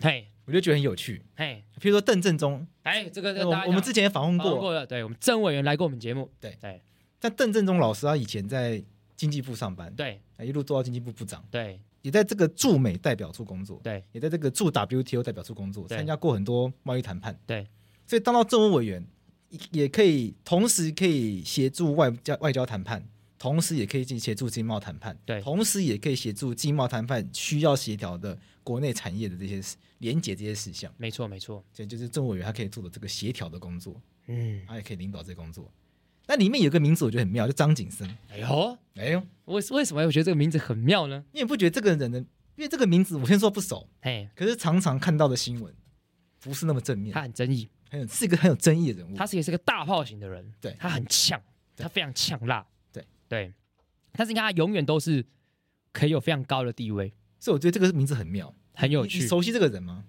[SPEAKER 2] 嘿，
[SPEAKER 1] 我就觉得很有趣，
[SPEAKER 2] 嘿，
[SPEAKER 1] 比如说邓正中，
[SPEAKER 2] 哎，这个这
[SPEAKER 1] 那
[SPEAKER 2] 个
[SPEAKER 1] 我
[SPEAKER 2] 大家
[SPEAKER 1] 们我们之前也访问
[SPEAKER 2] 讲
[SPEAKER 1] 过，
[SPEAKER 2] 过过了，对我们政务委员来过我们节目，
[SPEAKER 1] 对
[SPEAKER 2] 对
[SPEAKER 1] 但邓正中老师他以前在经济部上班，
[SPEAKER 2] 对
[SPEAKER 1] 一路做到经济部部长，
[SPEAKER 2] 对
[SPEAKER 1] 也在这个驻美代表处工作，
[SPEAKER 2] 对，
[SPEAKER 1] 也在这个驻 WTO 代表处工作，
[SPEAKER 2] 对
[SPEAKER 1] 参加过很多贸易谈判，
[SPEAKER 2] 对，
[SPEAKER 1] 所以当到政务委员，也可以同时可以协助外交外交谈判，同时也可以进协助经贸谈判，
[SPEAKER 2] 对
[SPEAKER 1] 同时也可以协助经贸谈判需要协调的国内产业的这些事连结这些事项，
[SPEAKER 2] 没错没错，
[SPEAKER 1] 所以就是政务委员他可以做的这个协调的工作，
[SPEAKER 2] 嗯，
[SPEAKER 1] 他也可以领导这个工作。那里面有一个名字我觉得很妙，就张景生。
[SPEAKER 2] 哎呦，
[SPEAKER 1] 哎呦，
[SPEAKER 2] 为为什么我觉得这个名字很妙呢？
[SPEAKER 1] 你也不觉得这个人的，因为这个名字我先说不熟，
[SPEAKER 2] 嘿，
[SPEAKER 1] 可是常常看到的新闻不是那么正面
[SPEAKER 2] 他，很争议，
[SPEAKER 1] 很有是一个很有争议的人物。
[SPEAKER 2] 他是也是个大炮型的人，
[SPEAKER 1] 嗯对
[SPEAKER 2] 他很呛，
[SPEAKER 1] 对
[SPEAKER 2] 他非常呛辣，
[SPEAKER 1] 对
[SPEAKER 2] 对，但是你看他永远都是可以有非常高的地位，
[SPEAKER 1] 所以我觉得这个名字很妙，
[SPEAKER 2] 很有
[SPEAKER 1] 你
[SPEAKER 2] 趣
[SPEAKER 1] 你。熟悉这个人吗？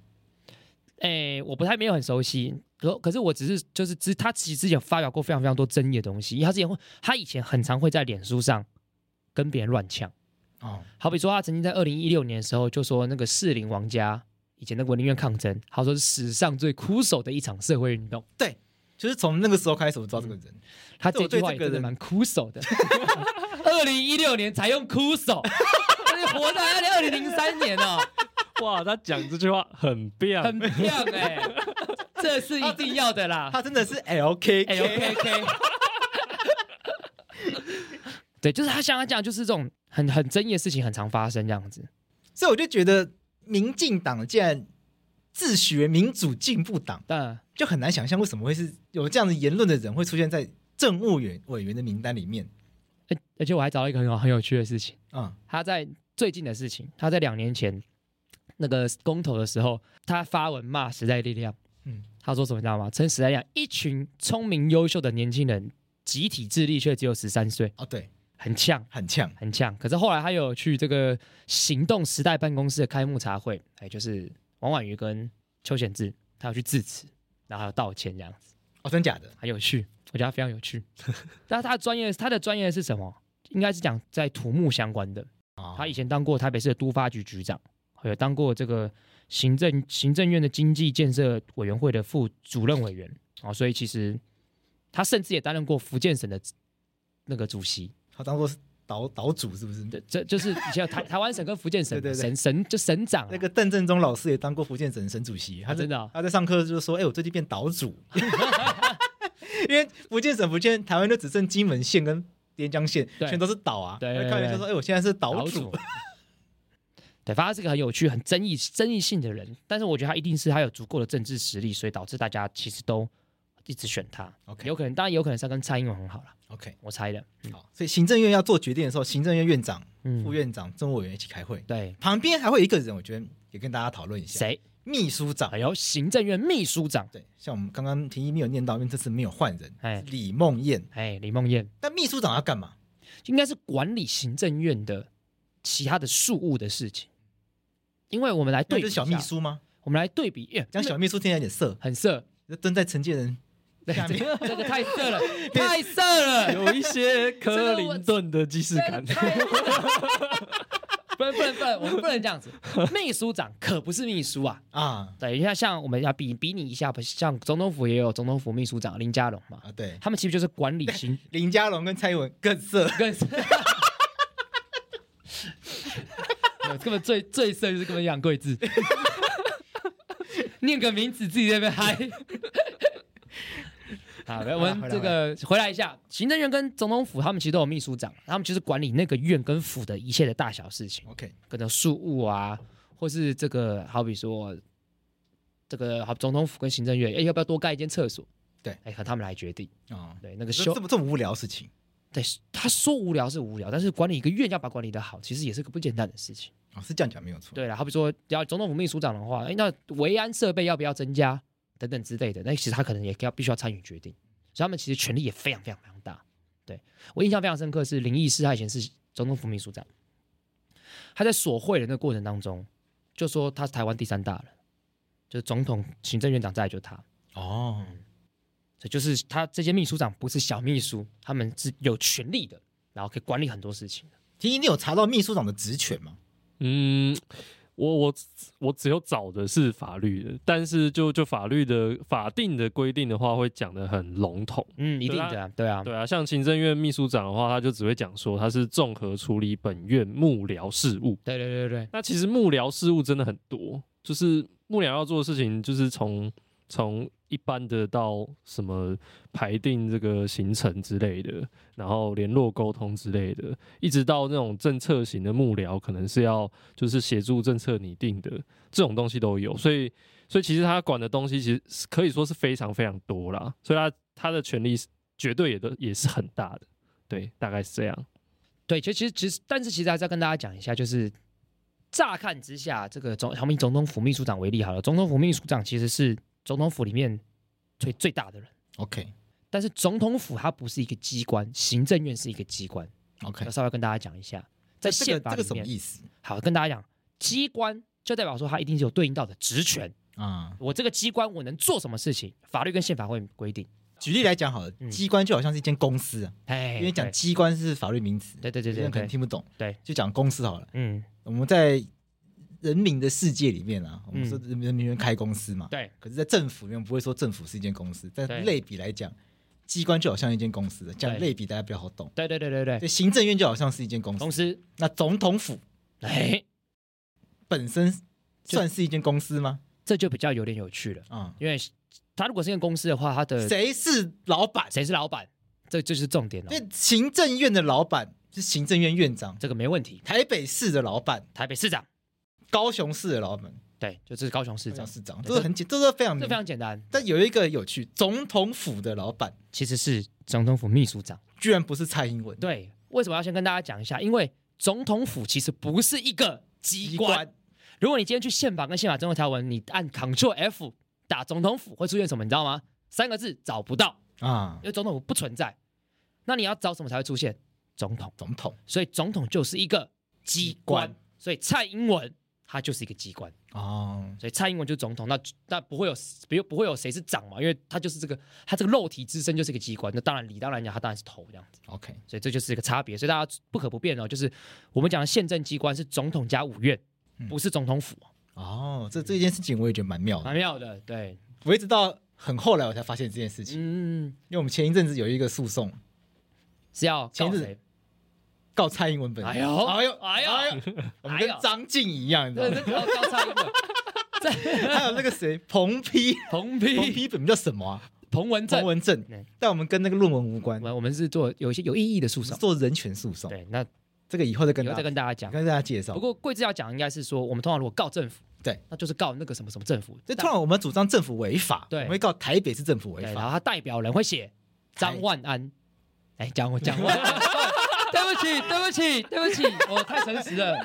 [SPEAKER 2] 哎、我不太没有很熟悉，可可是我只是就是知他其实之前发表过非常非常多争议的东西，因为他之前会他以前很常会在脸书上跟别人乱呛，
[SPEAKER 1] 哦，
[SPEAKER 2] 好比说他曾经在二零一六年的时候就说那个士林王家以前那个文林院抗争，他说是史上最枯手的一场社会运动，
[SPEAKER 1] 就是从那个时候开始我知道这个人。
[SPEAKER 2] 他
[SPEAKER 1] 这
[SPEAKER 2] 这
[SPEAKER 1] 我
[SPEAKER 2] 句
[SPEAKER 1] 对
[SPEAKER 2] 话
[SPEAKER 1] 这
[SPEAKER 2] 也
[SPEAKER 1] 个
[SPEAKER 2] 真的
[SPEAKER 1] 人
[SPEAKER 2] 蛮枯手的。二零一六年才用枯手，你活在二零二零零三年哦，
[SPEAKER 3] 哇，他讲这句话很变，
[SPEAKER 2] 很漂亮哎、这是一定要的啦。
[SPEAKER 1] 他真的是 LK，
[SPEAKER 2] 哎，OK OK。对，就是他像他讲，就是这种很很争议的事情很常发生这样子。
[SPEAKER 1] (laughs) 所以我就觉得民进党竟然自诩为民主进步党，
[SPEAKER 2] 但
[SPEAKER 1] 就很难想象为什么会是有这样的言论的人会出现在政务员委员的名单里面。
[SPEAKER 2] 而哎而且我还找到一个很有很有趣的事情，
[SPEAKER 1] 啊、
[SPEAKER 2] 他在最近的事情，他在两年前那个公投的时候，他发文骂时代力量，
[SPEAKER 1] 嗯
[SPEAKER 2] 他说什么你知道吗？真实来讲，一群聪明优秀的年轻人，集体智力却只有十三岁，
[SPEAKER 1] 哦，对，
[SPEAKER 2] 很呛。
[SPEAKER 1] 很呛，
[SPEAKER 2] 很呛，可是后来他有去这个行动时代办公室的开幕茶会，哎，就是王婉瑜跟邱显志，他有去致辞，然后还有道歉这样子，
[SPEAKER 1] 哦，真假的？
[SPEAKER 2] 很有趣，我觉得他非常有趣。 (laughs) 但是他的专业，他的专业是什么？应该是讲在土木相关的，
[SPEAKER 1] 哦
[SPEAKER 2] 他以前当过台北市的都发局局长，有当过这个行政行政院的经济建设委员会的副主任委员哦，所以其实他甚至也担任过福建省的那个主席。
[SPEAKER 1] 他当做是岛岛主是不是？
[SPEAKER 2] 对，这就是以前有台 (laughs) 台湾省跟福建省
[SPEAKER 1] 对对对
[SPEAKER 2] 省省就省长啊、
[SPEAKER 1] 那个邓正中老师也当过福建省省主席，他
[SPEAKER 2] 啊真的啊
[SPEAKER 1] 他在上课就说：“哎、我最近变岛主， (laughs) 因为福建省、福建台湾就只剩金门县跟连江县，
[SPEAKER 2] 对
[SPEAKER 1] 全都是岛啊。”
[SPEAKER 2] 对对
[SPEAKER 1] 他开玩笑说：“哎、我现在是岛主。
[SPEAKER 2] 主。 (laughs) 对，反正他是个很有趣、很争议、争议性的人，但是我觉得他一定是他有足够的政治实力，所以导致大家其实都一直选他。
[SPEAKER 1] OK
[SPEAKER 2] 有可能，当然也有可能是他跟蔡英文很好了，
[SPEAKER 1] OK，
[SPEAKER 2] 我猜的。
[SPEAKER 1] 好，所以行政院要做决定的时候，行政院院长、
[SPEAKER 2] 嗯
[SPEAKER 1] 副院长、政务委员一起开会，
[SPEAKER 2] 对，
[SPEAKER 1] 旁边还会有一个人，我觉得也跟大家讨论一下，
[SPEAKER 2] 谁？
[SPEAKER 1] 秘书长
[SPEAKER 2] 哎。呦，行政院秘书长，
[SPEAKER 1] 对，像我们刚刚提议没有念到，因为这次没有换人，
[SPEAKER 2] 哎
[SPEAKER 1] 是李梦燕。
[SPEAKER 2] 哎，李梦燕
[SPEAKER 1] 但秘书长要干嘛？
[SPEAKER 2] 应该是管理行政院的其他的事务的事情，因为我们来
[SPEAKER 1] 那
[SPEAKER 2] 对
[SPEAKER 1] 就
[SPEAKER 2] 比
[SPEAKER 1] 是
[SPEAKER 2] 一
[SPEAKER 1] 小
[SPEAKER 2] 下
[SPEAKER 1] 秘，书吗？
[SPEAKER 2] 我们来对比，耶
[SPEAKER 1] 讲小秘书听起来有点色，
[SPEAKER 2] 很色，
[SPEAKER 1] 就蹲在承建人
[SPEAKER 2] 对，
[SPEAKER 1] 下面
[SPEAKER 2] 这 (laughs) 这个太
[SPEAKER 1] (laughs)
[SPEAKER 2] 色了，太色了，
[SPEAKER 3] (laughs) 有一些克林顿的既视感。
[SPEAKER 2] (laughs) 不能不能不能，我们不能这样子。秘书长可不是秘书啊，
[SPEAKER 1] 啊
[SPEAKER 2] 对，你看像我们要比比拟一下，像总统府也有总统府秘书长林佳龙嘛，
[SPEAKER 1] 啊！对，
[SPEAKER 2] 他们其实就是管理型
[SPEAKER 1] 林佳龙跟蔡英文更色，
[SPEAKER 2] 更是。 (laughs) 没有根本最最色就是根本养贵字， (laughs) 念个名字自己在那边嗨。 (laughs) 好，来我
[SPEAKER 1] 回
[SPEAKER 2] 们
[SPEAKER 1] 来
[SPEAKER 2] 这个回来一下，行政院跟总统府他们其实都有秘书长，他们就是管理那个院跟府的一切的大小事情，
[SPEAKER 1] OK，
[SPEAKER 2] 各种事务啊，或是这个好比说这个好总统府跟行政院，哎要不要多盖一间厕所？
[SPEAKER 1] 对
[SPEAKER 2] 哎和他们来决定，
[SPEAKER 1] 哦，
[SPEAKER 2] 对那个
[SPEAKER 1] 这
[SPEAKER 2] 修
[SPEAKER 1] 这么这么无聊的事情
[SPEAKER 2] 对，他说无聊是无聊，但是管理一个院要把它管理的好，其实也是个不简单的事情。
[SPEAKER 1] 哦，是这样讲没有错。
[SPEAKER 2] 对啦，好比说要总统府秘书长的话，哎，那维安设备要不要增加等等之类的，那其实他可能也要必须要参与决定，所以他们其实权力也非常非常非常大。对我印象非常深刻是林义士，他以前是总统府秘书长，他在索贿的那个过程当中，就说他是台湾第三大人，就是总统、行政院长再来就是他，
[SPEAKER 1] 哦，
[SPEAKER 2] 所以就是他这些秘书长不是小秘书，他们是有权力的，然后可以管理很多事情。
[SPEAKER 1] 提议你有查到秘书长的职权吗？
[SPEAKER 3] (laughs) 嗯，我我我只有找的是法律的，但是就就法律的法定的规定的话，会讲的很笼统。
[SPEAKER 2] 嗯，一定的啊，对啊，
[SPEAKER 3] 对啊，像行政院秘书长的话，他就只会讲说他是综合处理本院幕僚事务。
[SPEAKER 2] 对对对对
[SPEAKER 3] 那其实幕僚事务真的很多，就是幕僚要做的事情，就是从从一般的到什么排定这个行程之类的，然后联络沟通之类的，一直到那种政策型的幕僚，可能是要就是协助政策拟定的这种东西都有，所以所以其实他管的东西其实是可以说是非常非常多啦，所以他他的权力是绝对也都也是很大的，对，大概是这样。
[SPEAKER 2] 对，其实其实其实，但是其实还是要跟大家讲一下，就是乍看之下，这个总我们以总统府秘书长为例好了，总统府秘书长其实是总统府里面最最大的人，
[SPEAKER 1] OK
[SPEAKER 2] 但是总统府它不是一个机关，行政院是一个机关，
[SPEAKER 1] OK，
[SPEAKER 2] 要稍微跟大家讲一下，呃在
[SPEAKER 1] 这
[SPEAKER 2] 宪
[SPEAKER 1] 个
[SPEAKER 2] 法
[SPEAKER 1] 这
[SPEAKER 2] 里
[SPEAKER 1] 个什么
[SPEAKER 2] 面，
[SPEAKER 1] 意思
[SPEAKER 2] 好跟大家讲，机关就代表说它一定是有对应到的职权。
[SPEAKER 1] 啊？
[SPEAKER 2] 我这个机关我能做什么事情，法律跟宪法会规定。
[SPEAKER 1] 举例来讲好了，
[SPEAKER 2] 嗯
[SPEAKER 1] 机关就好像是一间公司啊，
[SPEAKER 2] 哎，
[SPEAKER 1] 因为讲机关是法律名词，
[SPEAKER 2] 对对对
[SPEAKER 1] 有些人
[SPEAKER 2] 对
[SPEAKER 1] 可能
[SPEAKER 2] 对，
[SPEAKER 1] 听不懂，
[SPEAKER 2] 对，
[SPEAKER 1] 就讲公司好了。
[SPEAKER 2] 嗯，
[SPEAKER 1] 我们在人民的世界里面啊，我们
[SPEAKER 2] 嗯
[SPEAKER 1] 说人人民开公司嘛，
[SPEAKER 2] 对，
[SPEAKER 1] 可是，在政府里面，我们不会说政府是一间公司，但
[SPEAKER 2] 对
[SPEAKER 1] 类比来讲，机关就好像一间公司的，讲
[SPEAKER 2] 对
[SPEAKER 1] 类比大家比较好懂。
[SPEAKER 2] 对对对对对，
[SPEAKER 1] 对，行政院就好像是一间公司
[SPEAKER 2] 公，司，
[SPEAKER 1] 那总统府
[SPEAKER 2] 哎，
[SPEAKER 1] 本身算是一间公司吗？
[SPEAKER 2] 这就比较有点有趣了，
[SPEAKER 1] 啊、
[SPEAKER 2] 因为他如果是一个公司的话，他的
[SPEAKER 1] 谁是老板？
[SPEAKER 2] 谁是老板，这这就是重点了
[SPEAKER 1] 因。为行政院的老板是行政院院长，
[SPEAKER 2] 这个没问题，
[SPEAKER 1] 台北市的老板，
[SPEAKER 2] 台北市长，
[SPEAKER 1] 高雄市的老板，
[SPEAKER 2] 对，就是高雄市
[SPEAKER 1] 市
[SPEAKER 2] 长
[SPEAKER 1] 长，市长，
[SPEAKER 2] 对
[SPEAKER 1] 这是很简，这是非常
[SPEAKER 2] 这
[SPEAKER 1] 明
[SPEAKER 2] 非。常简单，
[SPEAKER 1] 但有一个有趣，总统府的老板
[SPEAKER 2] 其实是总统府秘书长。
[SPEAKER 1] 居然不是蔡英文，
[SPEAKER 2] 对，为什么要先跟大家讲一下？因为总统府其实不是一个机
[SPEAKER 1] 机
[SPEAKER 2] 关，
[SPEAKER 1] 关
[SPEAKER 2] 如果你今天去宪法跟宪法中的条文，你按 Ctrl F 打总统府会出现什么，你知道吗？三个字找不到，
[SPEAKER 1] 啊
[SPEAKER 2] 因，为总统府不存在。那你要找什么才会出现总统？
[SPEAKER 1] 总统
[SPEAKER 2] 所以总统就是一个机
[SPEAKER 1] 机
[SPEAKER 2] 关，所以蔡英文他就是一个机关，
[SPEAKER 1] 哦，
[SPEAKER 2] 所以蔡英文就是总统，那那不会有不不会有谁是长嘛，因为他就是这个他这个肉体之身就是一个机关，那当然理当然讲他当然是头这样子，
[SPEAKER 1] OK，
[SPEAKER 2] 所以这就是一个差别，所以大家不可不变哦，就是我们讲的宪政机关是总统加五院
[SPEAKER 1] 嗯，
[SPEAKER 2] 不是总统府，
[SPEAKER 1] 哦，这这件事情我也觉得蛮妙的，
[SPEAKER 2] 蛮妙的，对，
[SPEAKER 1] 我一直到很后来我才发现这件事情，
[SPEAKER 2] 嗯，
[SPEAKER 1] 因为我们前一阵子有一个诉讼
[SPEAKER 2] 是要告
[SPEAKER 1] 前日
[SPEAKER 2] 谁？
[SPEAKER 1] 告蔡英文本人，
[SPEAKER 2] 哎呦
[SPEAKER 1] 哎呦，
[SPEAKER 2] 哎呦 (laughs)
[SPEAKER 1] 哎呦，我们跟张晋一样，你知道
[SPEAKER 2] 对，
[SPEAKER 1] 吗？
[SPEAKER 2] 这要告蔡英
[SPEAKER 1] (laughs)
[SPEAKER 2] 文，在
[SPEAKER 1] 还有那个谁，
[SPEAKER 2] (laughs)
[SPEAKER 1] 彭批，
[SPEAKER 2] 彭
[SPEAKER 1] 彭
[SPEAKER 2] 批
[SPEAKER 1] 批本名叫什么啊？
[SPEAKER 2] 彭文
[SPEAKER 1] 彭
[SPEAKER 2] 正，
[SPEAKER 1] 文正
[SPEAKER 2] 对，
[SPEAKER 1] 但我们跟那个论文无关
[SPEAKER 2] 我，们我们是做有一些有意义的诉
[SPEAKER 1] 是
[SPEAKER 2] 讼，
[SPEAKER 1] 做人权诉讼，
[SPEAKER 2] 对，那
[SPEAKER 1] 这个以后再跟
[SPEAKER 2] 以后
[SPEAKER 1] 大
[SPEAKER 2] 再
[SPEAKER 1] 家
[SPEAKER 2] 跟大家讲。
[SPEAKER 1] 跟大家介绍
[SPEAKER 2] 不。过贵志要讲应该是说，我们通常如果告政府，
[SPEAKER 1] 对，
[SPEAKER 2] 那就是告那个什么什么政府。
[SPEAKER 1] 所以突然我们主张政府违法，
[SPEAKER 2] 对
[SPEAKER 1] 我们会告台北市政
[SPEAKER 2] 对，
[SPEAKER 1] 府违
[SPEAKER 2] 然后
[SPEAKER 1] 法，
[SPEAKER 2] 他代表人会写张万安，哎，讲我
[SPEAKER 1] (laughs)
[SPEAKER 2] 讲万安， (laughs) 对不起，对不起，对不起，我太诚实
[SPEAKER 1] (laughs)
[SPEAKER 2] 了。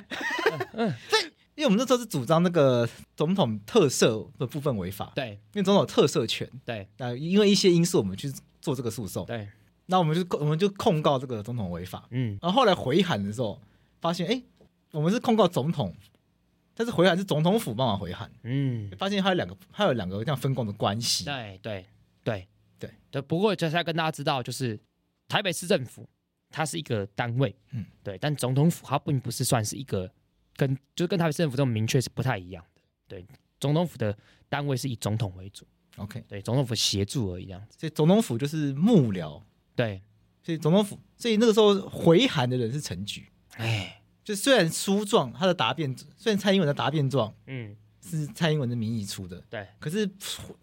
[SPEAKER 1] 因为我们那时候是主张那个总统特赦的部分违法，
[SPEAKER 2] 对
[SPEAKER 1] 因为总统有特赦权，
[SPEAKER 2] 对
[SPEAKER 1] 那因为一些因素我们去做这个诉讼，
[SPEAKER 2] 对，
[SPEAKER 1] 那我们就控我们就控告这个总统违法，
[SPEAKER 2] 嗯，
[SPEAKER 1] 然后后来回函的时候发现，哎，我们是控告总统，但是回函是总统府帮忙回函，
[SPEAKER 2] 嗯，
[SPEAKER 1] 发现还有两个还有两个这样分工的关系，
[SPEAKER 2] 对对对
[SPEAKER 1] 对
[SPEAKER 2] 对。不过就是要跟大家知道，就是台北市政府它是一个单位，
[SPEAKER 1] 嗯
[SPEAKER 2] 嗯，对，但总统府它并不是算是一个跟就是跟台北市政府这种明确是不太一样的。对，总统府的单位是以总统为主，
[SPEAKER 1] ，OK，
[SPEAKER 2] 对，总统府协助而已这样子。
[SPEAKER 1] 所以总统府就是幕僚，
[SPEAKER 2] 对，
[SPEAKER 1] 所以总统府，所以那个时候回函的人是陈菊，
[SPEAKER 2] 哎，
[SPEAKER 1] 就虽然书状他的答辩，虽然蔡英文的答辩状
[SPEAKER 2] 嗯，
[SPEAKER 1] 是蔡英文的名义出的，
[SPEAKER 2] 对，
[SPEAKER 1] 可是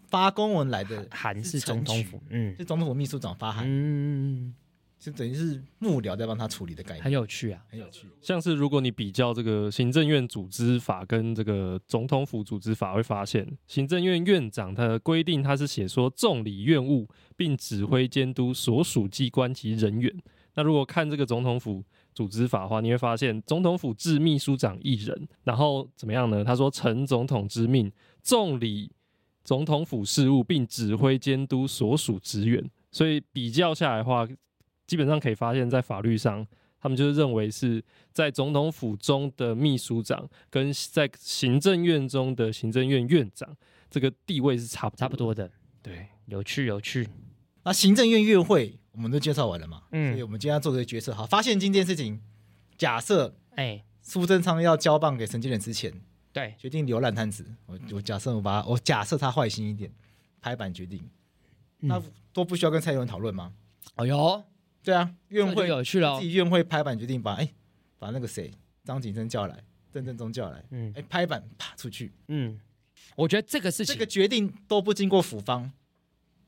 [SPEAKER 1] 发公文来的
[SPEAKER 2] 韩
[SPEAKER 1] 是
[SPEAKER 2] 是总统
[SPEAKER 1] 陈
[SPEAKER 2] 府，嗯
[SPEAKER 1] 是总统府秘书长发函，
[SPEAKER 2] 嗯，
[SPEAKER 1] 就等于是幕僚在帮他处理的概念
[SPEAKER 2] 很，有趣啊，
[SPEAKER 1] 很有趣。
[SPEAKER 3] 像是如果你比较这个行政院组织法跟这个总统府组织法，会发现行政院院长他的规定，他是写说重理院务，并指挥监督所属机关及人员。那如果看这个总统府组织法的话，你会发现总统府致秘书长一人，然后怎么样呢？他说承总统之命，重理总统府事务，并指挥监督所属职员。所以比较下来的话，基本上可以发现，在法律上，他们就是认为是在总统府中的秘书长跟在行政院中的行政院院长这个地位是差不
[SPEAKER 2] 差不。多
[SPEAKER 1] 嗯
[SPEAKER 2] 的，
[SPEAKER 3] 对，
[SPEAKER 2] 有趣有趣，
[SPEAKER 1] 那行政院院会我们都介绍完了嘛，
[SPEAKER 2] 嗯
[SPEAKER 1] 所以我们今天要做个决策。好，发现金这件事情，假设
[SPEAKER 2] 哎，
[SPEAKER 1] 苏贞昌要交棒给陈建仁之前，
[SPEAKER 2] 对，
[SPEAKER 1] 决定浏览探子，我
[SPEAKER 2] 嗯
[SPEAKER 1] 我假设我把他我假设他坏心一点，拍板决定，那
[SPEAKER 2] 嗯
[SPEAKER 1] 都不需要跟蔡英文讨论吗？
[SPEAKER 2] 哎呦，
[SPEAKER 1] 对啊，
[SPEAKER 2] 这
[SPEAKER 1] 院
[SPEAKER 2] 就
[SPEAKER 1] 会
[SPEAKER 2] 有趣了哦
[SPEAKER 1] 自，己院会拍板决定把哎、把那个谁张景生叫来，郑振中叫来，
[SPEAKER 2] 嗯
[SPEAKER 1] 哎、拍板啪出去，
[SPEAKER 2] 嗯，我觉得这个事
[SPEAKER 1] 这
[SPEAKER 2] 情
[SPEAKER 1] 个，决定都不经过府方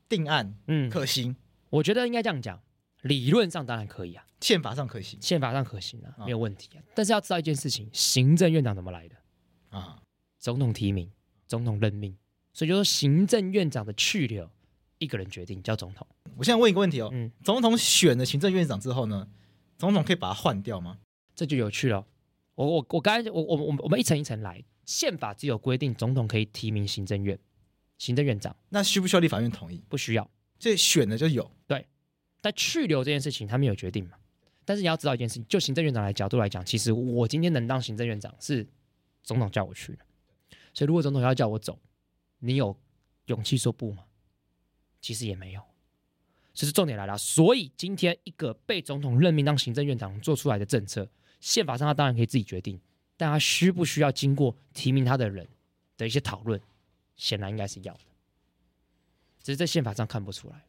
[SPEAKER 1] 定案，
[SPEAKER 2] 嗯，
[SPEAKER 1] 可行，
[SPEAKER 2] 我觉得应该这样讲，理论上当然可以啊，
[SPEAKER 1] 宪法上可行
[SPEAKER 2] 宪法上可行啊，
[SPEAKER 1] 啊
[SPEAKER 2] 没有问题啊，但是要知道一件事情，行政院长怎么来的？
[SPEAKER 1] 啊，
[SPEAKER 2] 总统提名，总统任命，所以就说行政院长的去留，一个人决定叫总统，
[SPEAKER 1] 我现在问一个问题哦，
[SPEAKER 2] 嗯，
[SPEAKER 1] 总统选了行政院长之后呢，总统可以把他换掉吗？
[SPEAKER 2] 这就有趣了。我我我刚才我我我们我们一层一层来，宪法只有规定总统可以提名行政院行政院长，
[SPEAKER 1] 那需不需要立法院同意？
[SPEAKER 2] 不需要。
[SPEAKER 1] 所以选了就有，
[SPEAKER 2] 但去留这件事情，他们有决定嘛？但是你要知道一件事情，就行政院长来角度来讲，其实我今天能当行政院长是总统叫我去的，所以如果总统要叫我走，你有勇气说不吗？其实也没有。这是重点来了，啊所以今天一个被总统任命当行政院长做出来的政策，宪法上他当然可以自己决定，但他需不需要经过提名他的人的一些讨论，显然应该是要的，只是在宪法上看不出来。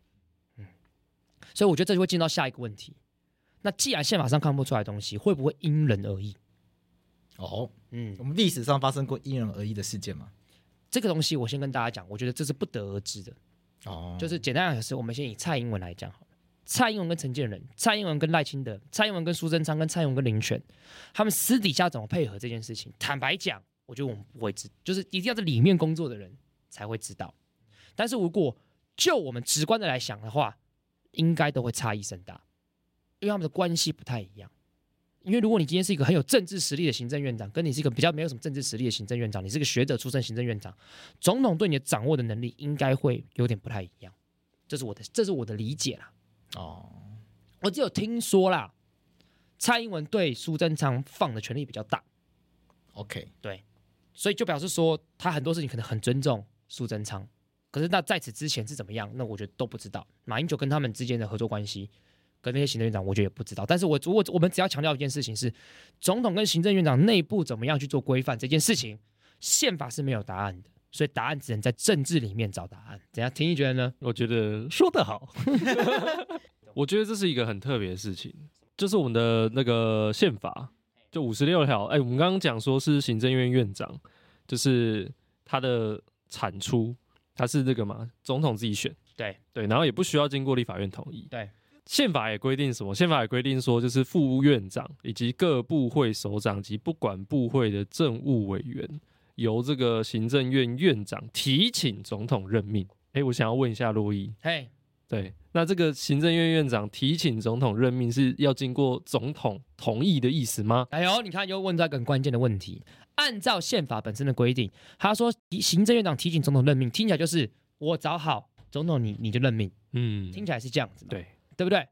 [SPEAKER 2] 所以我觉得这就会进到下一个问题。那既然宪法上看不出来的东西，会不会因人而异？
[SPEAKER 1] 哦，
[SPEAKER 2] 嗯
[SPEAKER 1] 我，们历史上发生过因人而异的事件吗？
[SPEAKER 2] 这个东西我先跟大家讲，我觉得这是不得而知的。
[SPEAKER 1] 哦，
[SPEAKER 2] 就是简单来说，我们先以蔡英文来讲好了。蔡英文跟陈建仁、蔡英文跟赖清德、蔡英文跟苏贞昌、跟蔡英文跟林权，他们私底下怎么配合这件事情？坦白讲，我觉得我们不会知，就是一定要在里面工作的人才会知道。但是如果就我们直观的来想的话，应该都会差异甚大，因为他们的关系不太一样。因为如果你今天是一个很有政治实力的行政院长，跟你是一个比较没有什么政治实力的行政院长，你是个学者出身行政院长，总统对你的掌握的能力应该会有点不太一样。这是我的，这是我的理解啦。
[SPEAKER 1] 哦，
[SPEAKER 2] 我只有听说啦，蔡英文对苏贞昌放的权力比较大，
[SPEAKER 1] OK，
[SPEAKER 2] 所以就表示说他很多事情可能很尊重苏贞昌。可是那在此之前是怎么样？那我觉得都不知道。马英九跟他们之间的合作关系，跟那些行政院长，我觉得也不知道。但是我我我们只要强调一件事情是，总统跟行政院长内部怎么样去做规范这件事情，宪法是没有答案的，所以答案只能在政治里面找答案。怎样？婷一觉得呢？
[SPEAKER 3] 我觉得说得好， (laughs) 我觉得这是一个很特别的事情，就是我们的那个宪法，就五十六条。哎、我们刚刚讲说是行政院院长，就是他的产出，他是这个嘛，总统自己选，
[SPEAKER 2] 对
[SPEAKER 3] 对，然后也不需要经过立法院同意。
[SPEAKER 2] 对，
[SPEAKER 3] 宪法也规定什么？宪法也规定说，就是副院长以及各部会首长及不管部会的政务委员，由这个行政院院长提请总统任命。哎，我想要问一下洛伊，
[SPEAKER 2] 嘿，
[SPEAKER 3] 对，那这个行政院院长提请总统任命是要经过总统同意的意思吗？
[SPEAKER 2] 哎呦，你看又问到一个很关键的问题。按照宪法本身的规定，他说提行政院长提请总统任命，听起来就是我找好总统你你就任命，
[SPEAKER 3] 嗯，
[SPEAKER 2] 听起来是这样子嘛？
[SPEAKER 3] 对，
[SPEAKER 2] 对不对？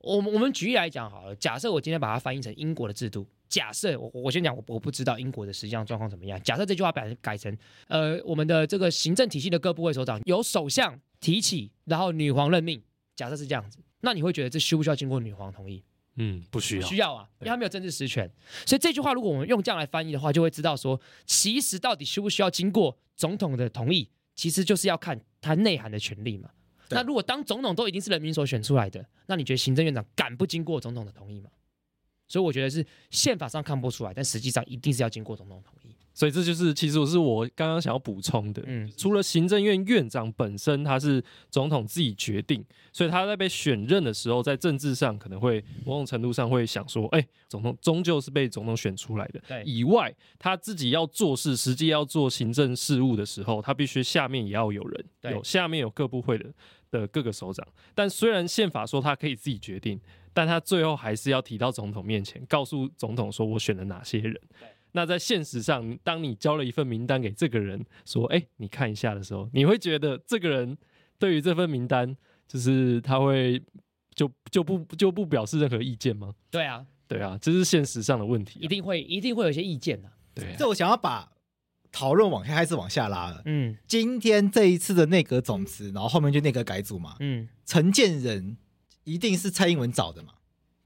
[SPEAKER 2] 我们我们举例来讲好了，假设我今天把它翻译成英国的制度，假设我我我先讲，我我不知道英国的实际上状况怎么样。假设这句话改改成，呃，我们的这个行政体系的各部会首长由首相提起，然后女皇任命，假设是这样子，那你会觉得这需不需要经过女皇同意？
[SPEAKER 3] 嗯，不需要
[SPEAKER 2] 需，要啊，因为
[SPEAKER 3] 对
[SPEAKER 2] 他没有政治实权。所以这句话如果我们用这样来翻译的话，就会知道说，其实到底需不需要经过总统的同意，其实就是要看他内涵的权利嘛。
[SPEAKER 1] 对
[SPEAKER 2] 那如果当总统都已经是人民所选出来的，那你觉得行政院长敢不经过总统的同意吗？所以我觉得是宪法上看不出来，但实际上一定是要经过总统同意。
[SPEAKER 3] 所以这就是其实我是我刚刚想要补充的。
[SPEAKER 2] 嗯，
[SPEAKER 3] 除了行政院院长本身他是总统自己决定，所以他在被选任的时候，在政治上可能会某种程度上会想说，哎、总统终究是被总统选出来的。
[SPEAKER 2] 对
[SPEAKER 3] 以外，他自己要做事，实际要做行政事务的时候，他必须下面也要有人，
[SPEAKER 2] 对
[SPEAKER 3] 有下面有各部会的的各个首长。但虽然宪法说他可以自己决定，但他最后还是要提到总统面前，告诉总统说我选了哪些人。那在现实上，当你交了一份名单给这个人，说：“哎、你看一下”的时候，你会觉得这个人对于这份名单，就是他会就就不就不表示任何意见吗？
[SPEAKER 2] 对啊，
[SPEAKER 3] 对啊，这是现实上的问题啊、
[SPEAKER 2] 一定会一定会有一些意见的、
[SPEAKER 3] 对啊、
[SPEAKER 1] 这我想要把讨论往下开始往下拉了。
[SPEAKER 2] 嗯
[SPEAKER 1] 今天这一次的内阁总辞，然后后面就内阁改组嘛，
[SPEAKER 2] 嗯，
[SPEAKER 1] 承建人一定是蔡英文找的嘛，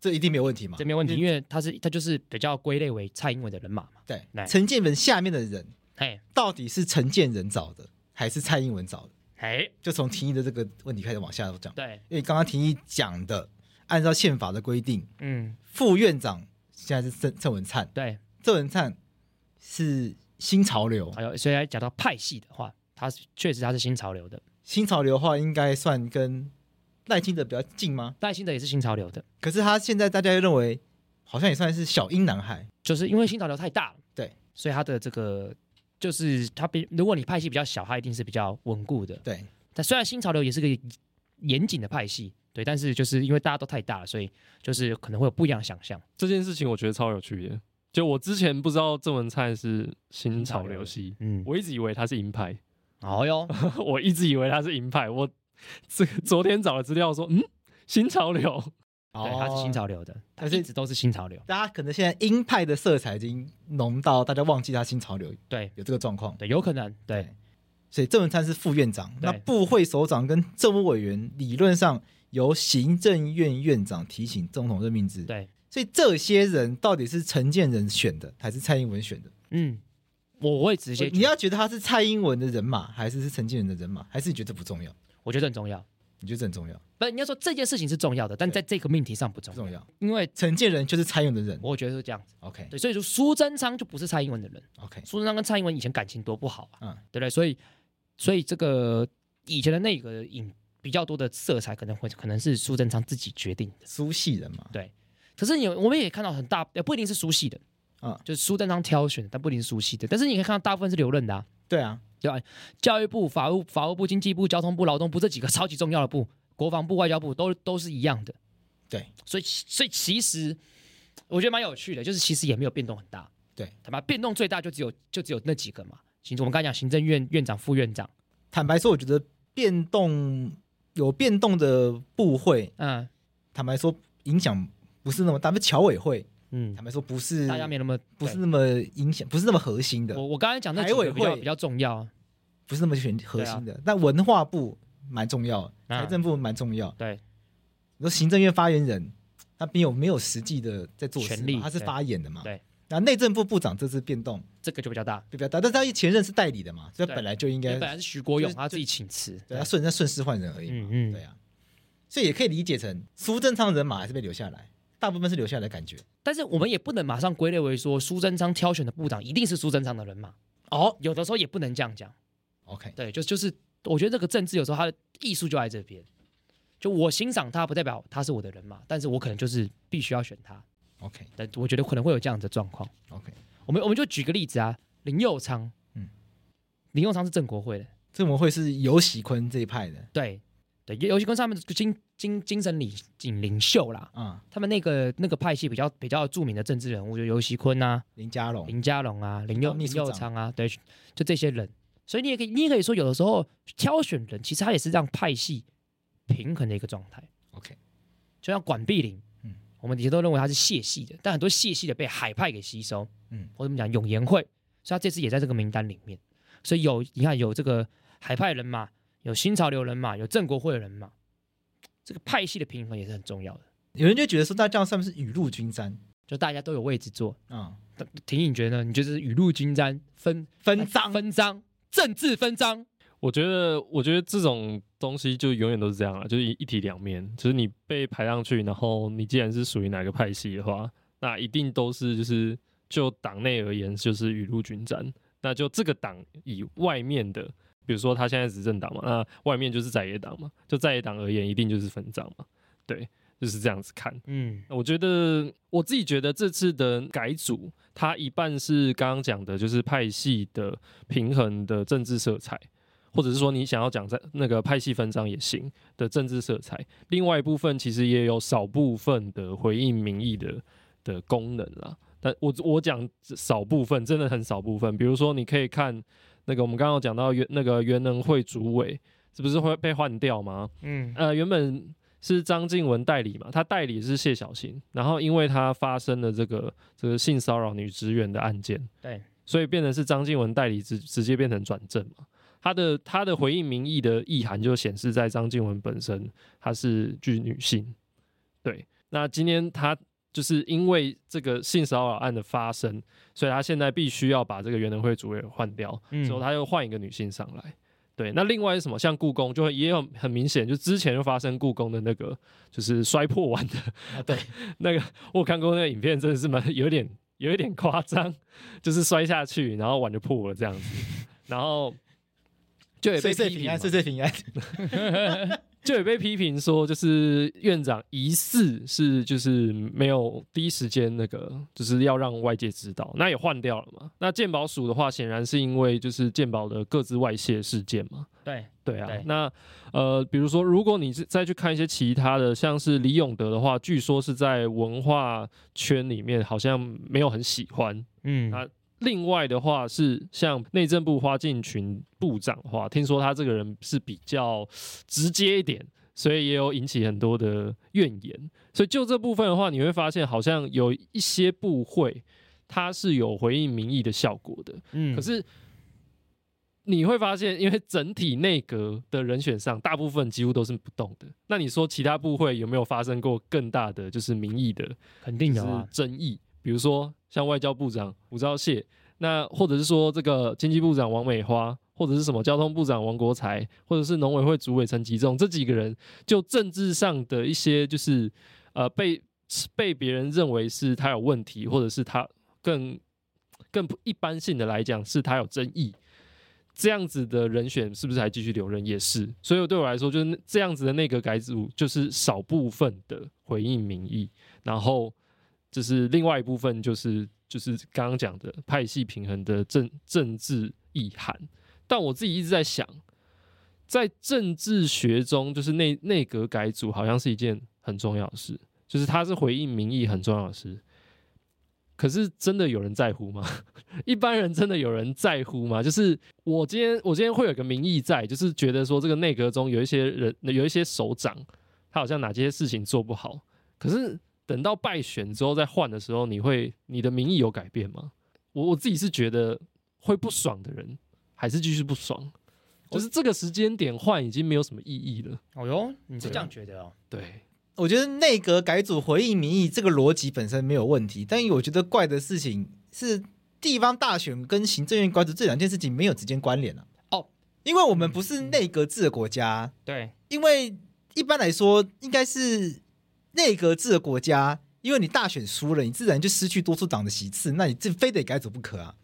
[SPEAKER 1] 这一定没有问题嘛
[SPEAKER 2] 这？没问题，因为他是他就是比较归类为蔡英文的人马嘛。
[SPEAKER 1] 对
[SPEAKER 2] 来，
[SPEAKER 1] 承建人下面的人
[SPEAKER 2] 嘿，
[SPEAKER 1] 到底是承建人找的，还是蔡英文找的？
[SPEAKER 2] 哎，
[SPEAKER 1] 就从廷义的这个问题开始往下讲，
[SPEAKER 2] 对，
[SPEAKER 1] 因为刚刚廷义讲的，按照宪法的规定，
[SPEAKER 2] 嗯，
[SPEAKER 1] 副院长现在是郑郑文灿，
[SPEAKER 2] 对。
[SPEAKER 1] 郑文灿是新潮流，
[SPEAKER 2] 还有，所以来讲到派系的话，他是确实他是新潮流的，
[SPEAKER 1] 新潮流的话应该算跟赖清德比较近吗？
[SPEAKER 2] 赖清德也是新潮流的，
[SPEAKER 1] 可是他现在大家认为好像也算是小英男孩，
[SPEAKER 2] 就是因为新潮流太大了，
[SPEAKER 1] 对，
[SPEAKER 2] 所以他的这个就是他比如果你派系比较小，他一定是比较稳固的。
[SPEAKER 1] 对，
[SPEAKER 2] 但虽然新潮流也是个严谨的派系，对，但是就是因为大家都太大了，所以就是可能会有不一样的想象。
[SPEAKER 3] 这件事情我觉得超有趣的。就我之前不知道郑文灿是新潮流系，
[SPEAKER 2] 嗯，
[SPEAKER 3] 我一直以为他是银派，
[SPEAKER 2] 哦哟，
[SPEAKER 3] (laughs) 我一直以为他是银派。我这个昨天找了资料说，嗯，新潮流，
[SPEAKER 2] (laughs) 对，他是新。潮流的，他
[SPEAKER 1] 但是
[SPEAKER 2] 哦一直都是新潮流，
[SPEAKER 1] 哦大家可能现在鹰派的色彩已经浓到大家忘记他新潮流
[SPEAKER 2] 对
[SPEAKER 1] 有这个状况，
[SPEAKER 2] 对，有可能，对
[SPEAKER 1] 对所以郑文灿是副院长，
[SPEAKER 2] 对
[SPEAKER 1] 那部会首长跟政务委员理论上由行政院院长提请总统任命制，
[SPEAKER 2] 对，
[SPEAKER 1] 所以这些人到底是陈建仁选的还是蔡英文选的？
[SPEAKER 2] 嗯，我会直接觉得
[SPEAKER 1] 你要觉得他是蔡英文的人马，还是是陈建仁的人马，还是你觉得这不重要？
[SPEAKER 2] 我觉得很重要，
[SPEAKER 1] 你觉得这很重要？
[SPEAKER 2] 不，你要说这件事情是重要的，但在这个命题上不重
[SPEAKER 1] 不
[SPEAKER 2] 要，
[SPEAKER 1] 重要。
[SPEAKER 2] 因为
[SPEAKER 1] 陈建仁就是蔡英文的人。
[SPEAKER 2] 我觉得是这样。
[SPEAKER 1] OK
[SPEAKER 2] 对，所以说苏贞昌就不是蔡英文的人，
[SPEAKER 1] OK，
[SPEAKER 2] 苏贞昌跟蔡英文以前感情多不好啊，
[SPEAKER 1] 嗯
[SPEAKER 2] 对不对？所以，所以这个以前的那个影比较多的色彩，可能会可能是苏贞昌自己决定的。
[SPEAKER 1] 苏系人嘛，
[SPEAKER 2] 可是有我们也看到很大，呃，不一定是苏系的，
[SPEAKER 1] 嗯
[SPEAKER 2] 就是苏贞昌挑选的，但不一定是苏系的。但是你可以看到大部分是留任的啊，
[SPEAKER 1] 对啊，
[SPEAKER 2] 教育部、法务、法务部、经济部、交通部、劳动部这几个超级重要的部，国防部、外交部都都是一样的。
[SPEAKER 1] 对，
[SPEAKER 2] 所以所以其实我觉得蛮有趣的，就是其实也没有变动很大。
[SPEAKER 1] 对，
[SPEAKER 2] 他妈变动最大就只有就只有那几个嘛。行，我们刚才讲行政院院长、副院长，
[SPEAKER 1] 坦白说，我觉得变动有变动的部会，
[SPEAKER 2] 嗯
[SPEAKER 1] 坦白说影响不是那么大。那侨委会，
[SPEAKER 2] 嗯
[SPEAKER 1] 坦，白说不是
[SPEAKER 2] 大家没那么
[SPEAKER 1] 不是那么影响，不是那么核心
[SPEAKER 2] 对
[SPEAKER 1] 的
[SPEAKER 2] 我，我刚才讲那几
[SPEAKER 1] 海委
[SPEAKER 2] 个比较
[SPEAKER 1] 会
[SPEAKER 2] 比较重要，
[SPEAKER 1] 不是那么全核心的。但文化部蛮重要的，
[SPEAKER 2] 啊
[SPEAKER 1] 财政部蛮重要。
[SPEAKER 2] 对，
[SPEAKER 1] 你说行政院发言人，他没有没有实际的在做事
[SPEAKER 2] 权
[SPEAKER 1] 嘛
[SPEAKER 2] 力，
[SPEAKER 1] 他是
[SPEAKER 2] 对
[SPEAKER 1] 发言的嘛？
[SPEAKER 2] 对。
[SPEAKER 1] 那内政部部长这次变动
[SPEAKER 2] 这个就比较大。
[SPEAKER 1] 比较大，但是他前任是代理的嘛，所以他
[SPEAKER 2] 对
[SPEAKER 1] 本来就应
[SPEAKER 2] 因
[SPEAKER 1] 该
[SPEAKER 2] 为本来是徐国
[SPEAKER 1] 就
[SPEAKER 2] 勇
[SPEAKER 1] 是
[SPEAKER 2] 他自己请辞，
[SPEAKER 1] 对他顺他顺势换人而已嘛。
[SPEAKER 2] 嗯嗯，
[SPEAKER 1] 对啊，所以也可以理解成苏贞昌人马还是被留下来，大部分是留下来的感觉。
[SPEAKER 2] 但是我们也不能马上归类为说苏贞昌挑选的部长一定是苏贞昌的人嘛，
[SPEAKER 1] 哦
[SPEAKER 2] 有的时候也不能这样讲。
[SPEAKER 1] ，OK，
[SPEAKER 2] 对，就就是我觉得这个政治有时候它的艺术就在这边，就我欣赏他不代表他是我的人嘛，但是我可能就是必须要选他。
[SPEAKER 1] OK，
[SPEAKER 2] 但我觉得可能会有这样的状况。
[SPEAKER 1] OK，
[SPEAKER 2] 我们我们就举个例子啊，林佑昌，
[SPEAKER 1] 嗯
[SPEAKER 2] 嗯，林佑昌是郑国会的，
[SPEAKER 1] 这我们会是尤喜坤这一派的
[SPEAKER 2] 对对，尤尤其跟上面的精精精神领领领袖啦，
[SPEAKER 1] 啊、
[SPEAKER 2] 他们那个那个派系比较比较著名的政治人物，就尤熙坤啊、
[SPEAKER 1] 林佳龙，
[SPEAKER 2] 林佳龙啊、林佑
[SPEAKER 1] 当哦秘
[SPEAKER 2] 林
[SPEAKER 1] 书
[SPEAKER 2] 佑
[SPEAKER 1] 长
[SPEAKER 2] 昌啊，对，就这些人。所以你也可以，你也可以说，有的时候挑选人，其实他也是让派系平衡的一个状态。
[SPEAKER 1] OK
[SPEAKER 2] 就像管碧玲，
[SPEAKER 1] 嗯
[SPEAKER 2] 嗯，我们以前都认为他是谢系的，但很多谢系的被海派给吸收，
[SPEAKER 1] 嗯
[SPEAKER 2] 嗯，或者我们讲永延会，所以他这次也在这个名单里面。所以有你看有这个海派人嘛，有新潮流人嘛，有郑国会的人嘛，这个派系的平衡也是很重要的，
[SPEAKER 1] 有人就觉得说，那这样算不是雨露均沾
[SPEAKER 2] 就大家都有位置坐。
[SPEAKER 1] 啊、
[SPEAKER 2] 婷颖觉得呢？你觉得是雨露均沾，分
[SPEAKER 1] 分
[SPEAKER 3] 哎
[SPEAKER 1] 赃
[SPEAKER 2] 分赃，政治分赃，
[SPEAKER 3] 我觉得，我觉得这种东西就永远都是这样了，就是一一体两面。就是你被排上去，然后你既然是属于哪个派系的话，那一定都是就是就党内而言就是雨露均沾。那就这个党以外面的，比如说他现在执政党嘛，那外面就是在野党嘛，就在野党而言，一定就是分赃嘛。对，就是这样子看。
[SPEAKER 2] 嗯，
[SPEAKER 3] 我觉得我自己觉得这次的改组，它一半是刚刚讲的，就是派系的平衡的政治色彩，或者是说你想要讲在那个派系分赃也行的政治色彩。另外一部分其实也有少部分的回应民意的的功能啦。但我我讲少部分，真的很少部分。比如说，你可以看那个我们刚刚有讲到原那个原能会主委是不是会被换掉吗？
[SPEAKER 2] 嗯，
[SPEAKER 3] 呃，原本是张静文代理嘛，他代理是谢小琴，然后因为他发生了这个这个性骚扰女职员的案件，
[SPEAKER 2] 对，
[SPEAKER 3] 所以变成是张静文代理直直接变成转正嘛。他的他的回应民意的意涵就显示在张静文本身，她是具女性。对，那今天他就是因为这个性骚扰案的发生，所以他现在必须要把这个原能会主委换掉，
[SPEAKER 2] 嗯
[SPEAKER 3] 之后他又换一个女性上来。对，那另外是什么？像故宫就会也有很明显，就之前就发生故宫的那个就是摔破碗的，
[SPEAKER 1] 啊，
[SPEAKER 3] 哎
[SPEAKER 1] 对，
[SPEAKER 3] 那个我看过那个影片，真的是蛮有点 (laughs) 有一点夸张，就是摔下去，然后碗就破了这样子，然后就也
[SPEAKER 1] 岁
[SPEAKER 3] 被
[SPEAKER 1] 岁
[SPEAKER 3] 批
[SPEAKER 1] 平
[SPEAKER 3] 评嘛
[SPEAKER 1] 安，，岁岁平安，
[SPEAKER 3] 就也被批评说，就是院长疑似是就是没有第一时间那个，就是要让外界知道，那也换掉了嘛。那鉴宝署的话，显然是因为就是鉴宝的各自外泄事件嘛，
[SPEAKER 2] 对，
[SPEAKER 3] 对啊，
[SPEAKER 2] 对
[SPEAKER 3] 那呃，比如说，如果你是再去看一些其他的，像是李永德的话，据说是在文化圈里面好像没有很喜欢。
[SPEAKER 2] 嗯
[SPEAKER 3] 啊另外的话是像内政部花敬群部长的话，听说他这个人是比较直接一点，所以也有引起很多的怨言。所以就这部分的话，你会发现好像有一些部会，它是有回应民意的效果的。
[SPEAKER 2] 嗯
[SPEAKER 3] 可是你会发现，因为整体内阁的人选上，大部分几乎都是不动的。那你说其他部会有没有发生过更大的就是民意的
[SPEAKER 2] 肯定
[SPEAKER 3] 就
[SPEAKER 2] 有
[SPEAKER 3] 是
[SPEAKER 2] 啊，
[SPEAKER 3] 争议？比如说像外交部长吴钊燮，那或者是说这个经济部长王美花，或者是什么交通部长王国才，或者是农委会主委陈吉仲这几个人，就政治上的一些就是呃被被别人认为是他有问题，或者是他更更一般性的来讲是他有争议，这样子的人选是不是还继续留任也是？所以对我来说，就是那这样子的内阁改组，就是少部分的回应民意，然后就是另外一部分就是就是刚刚讲的派系平衡的政政治意涵。但我自己一直在想，在政治学中，就是内内阁改组好像是一件很重要的事，就是它是回应民意很重要的事。可是真的有人在乎吗？ (laughs) 一般人真的有人在乎吗？就是我今天我今天会有个民意在，就是觉得说这个内阁中有一些人有一些首长，他好像哪些事情做不好。可是等到败选之后再换的时候，你会你的民意有改变吗？我我自己是觉得会不爽的人还是继续不爽，就是这个时间点换已经没有什么意义了。
[SPEAKER 2] 哦哟，你
[SPEAKER 1] 啊
[SPEAKER 2] 是这样觉得哦？
[SPEAKER 3] 对，啊
[SPEAKER 1] 我觉得内阁改组回应民意这个逻辑本身没有问题，但我觉得怪的事情是地方大选跟行政院改组这两件事情没有直接关联啊。
[SPEAKER 2] 哦，
[SPEAKER 1] 因为我们不是内阁制的国家，
[SPEAKER 2] 对，
[SPEAKER 1] 因为一般来说应该是内阁制的国家，因为你大选输了，你自然就失去多数党的席次，那你这非得改组不可啊。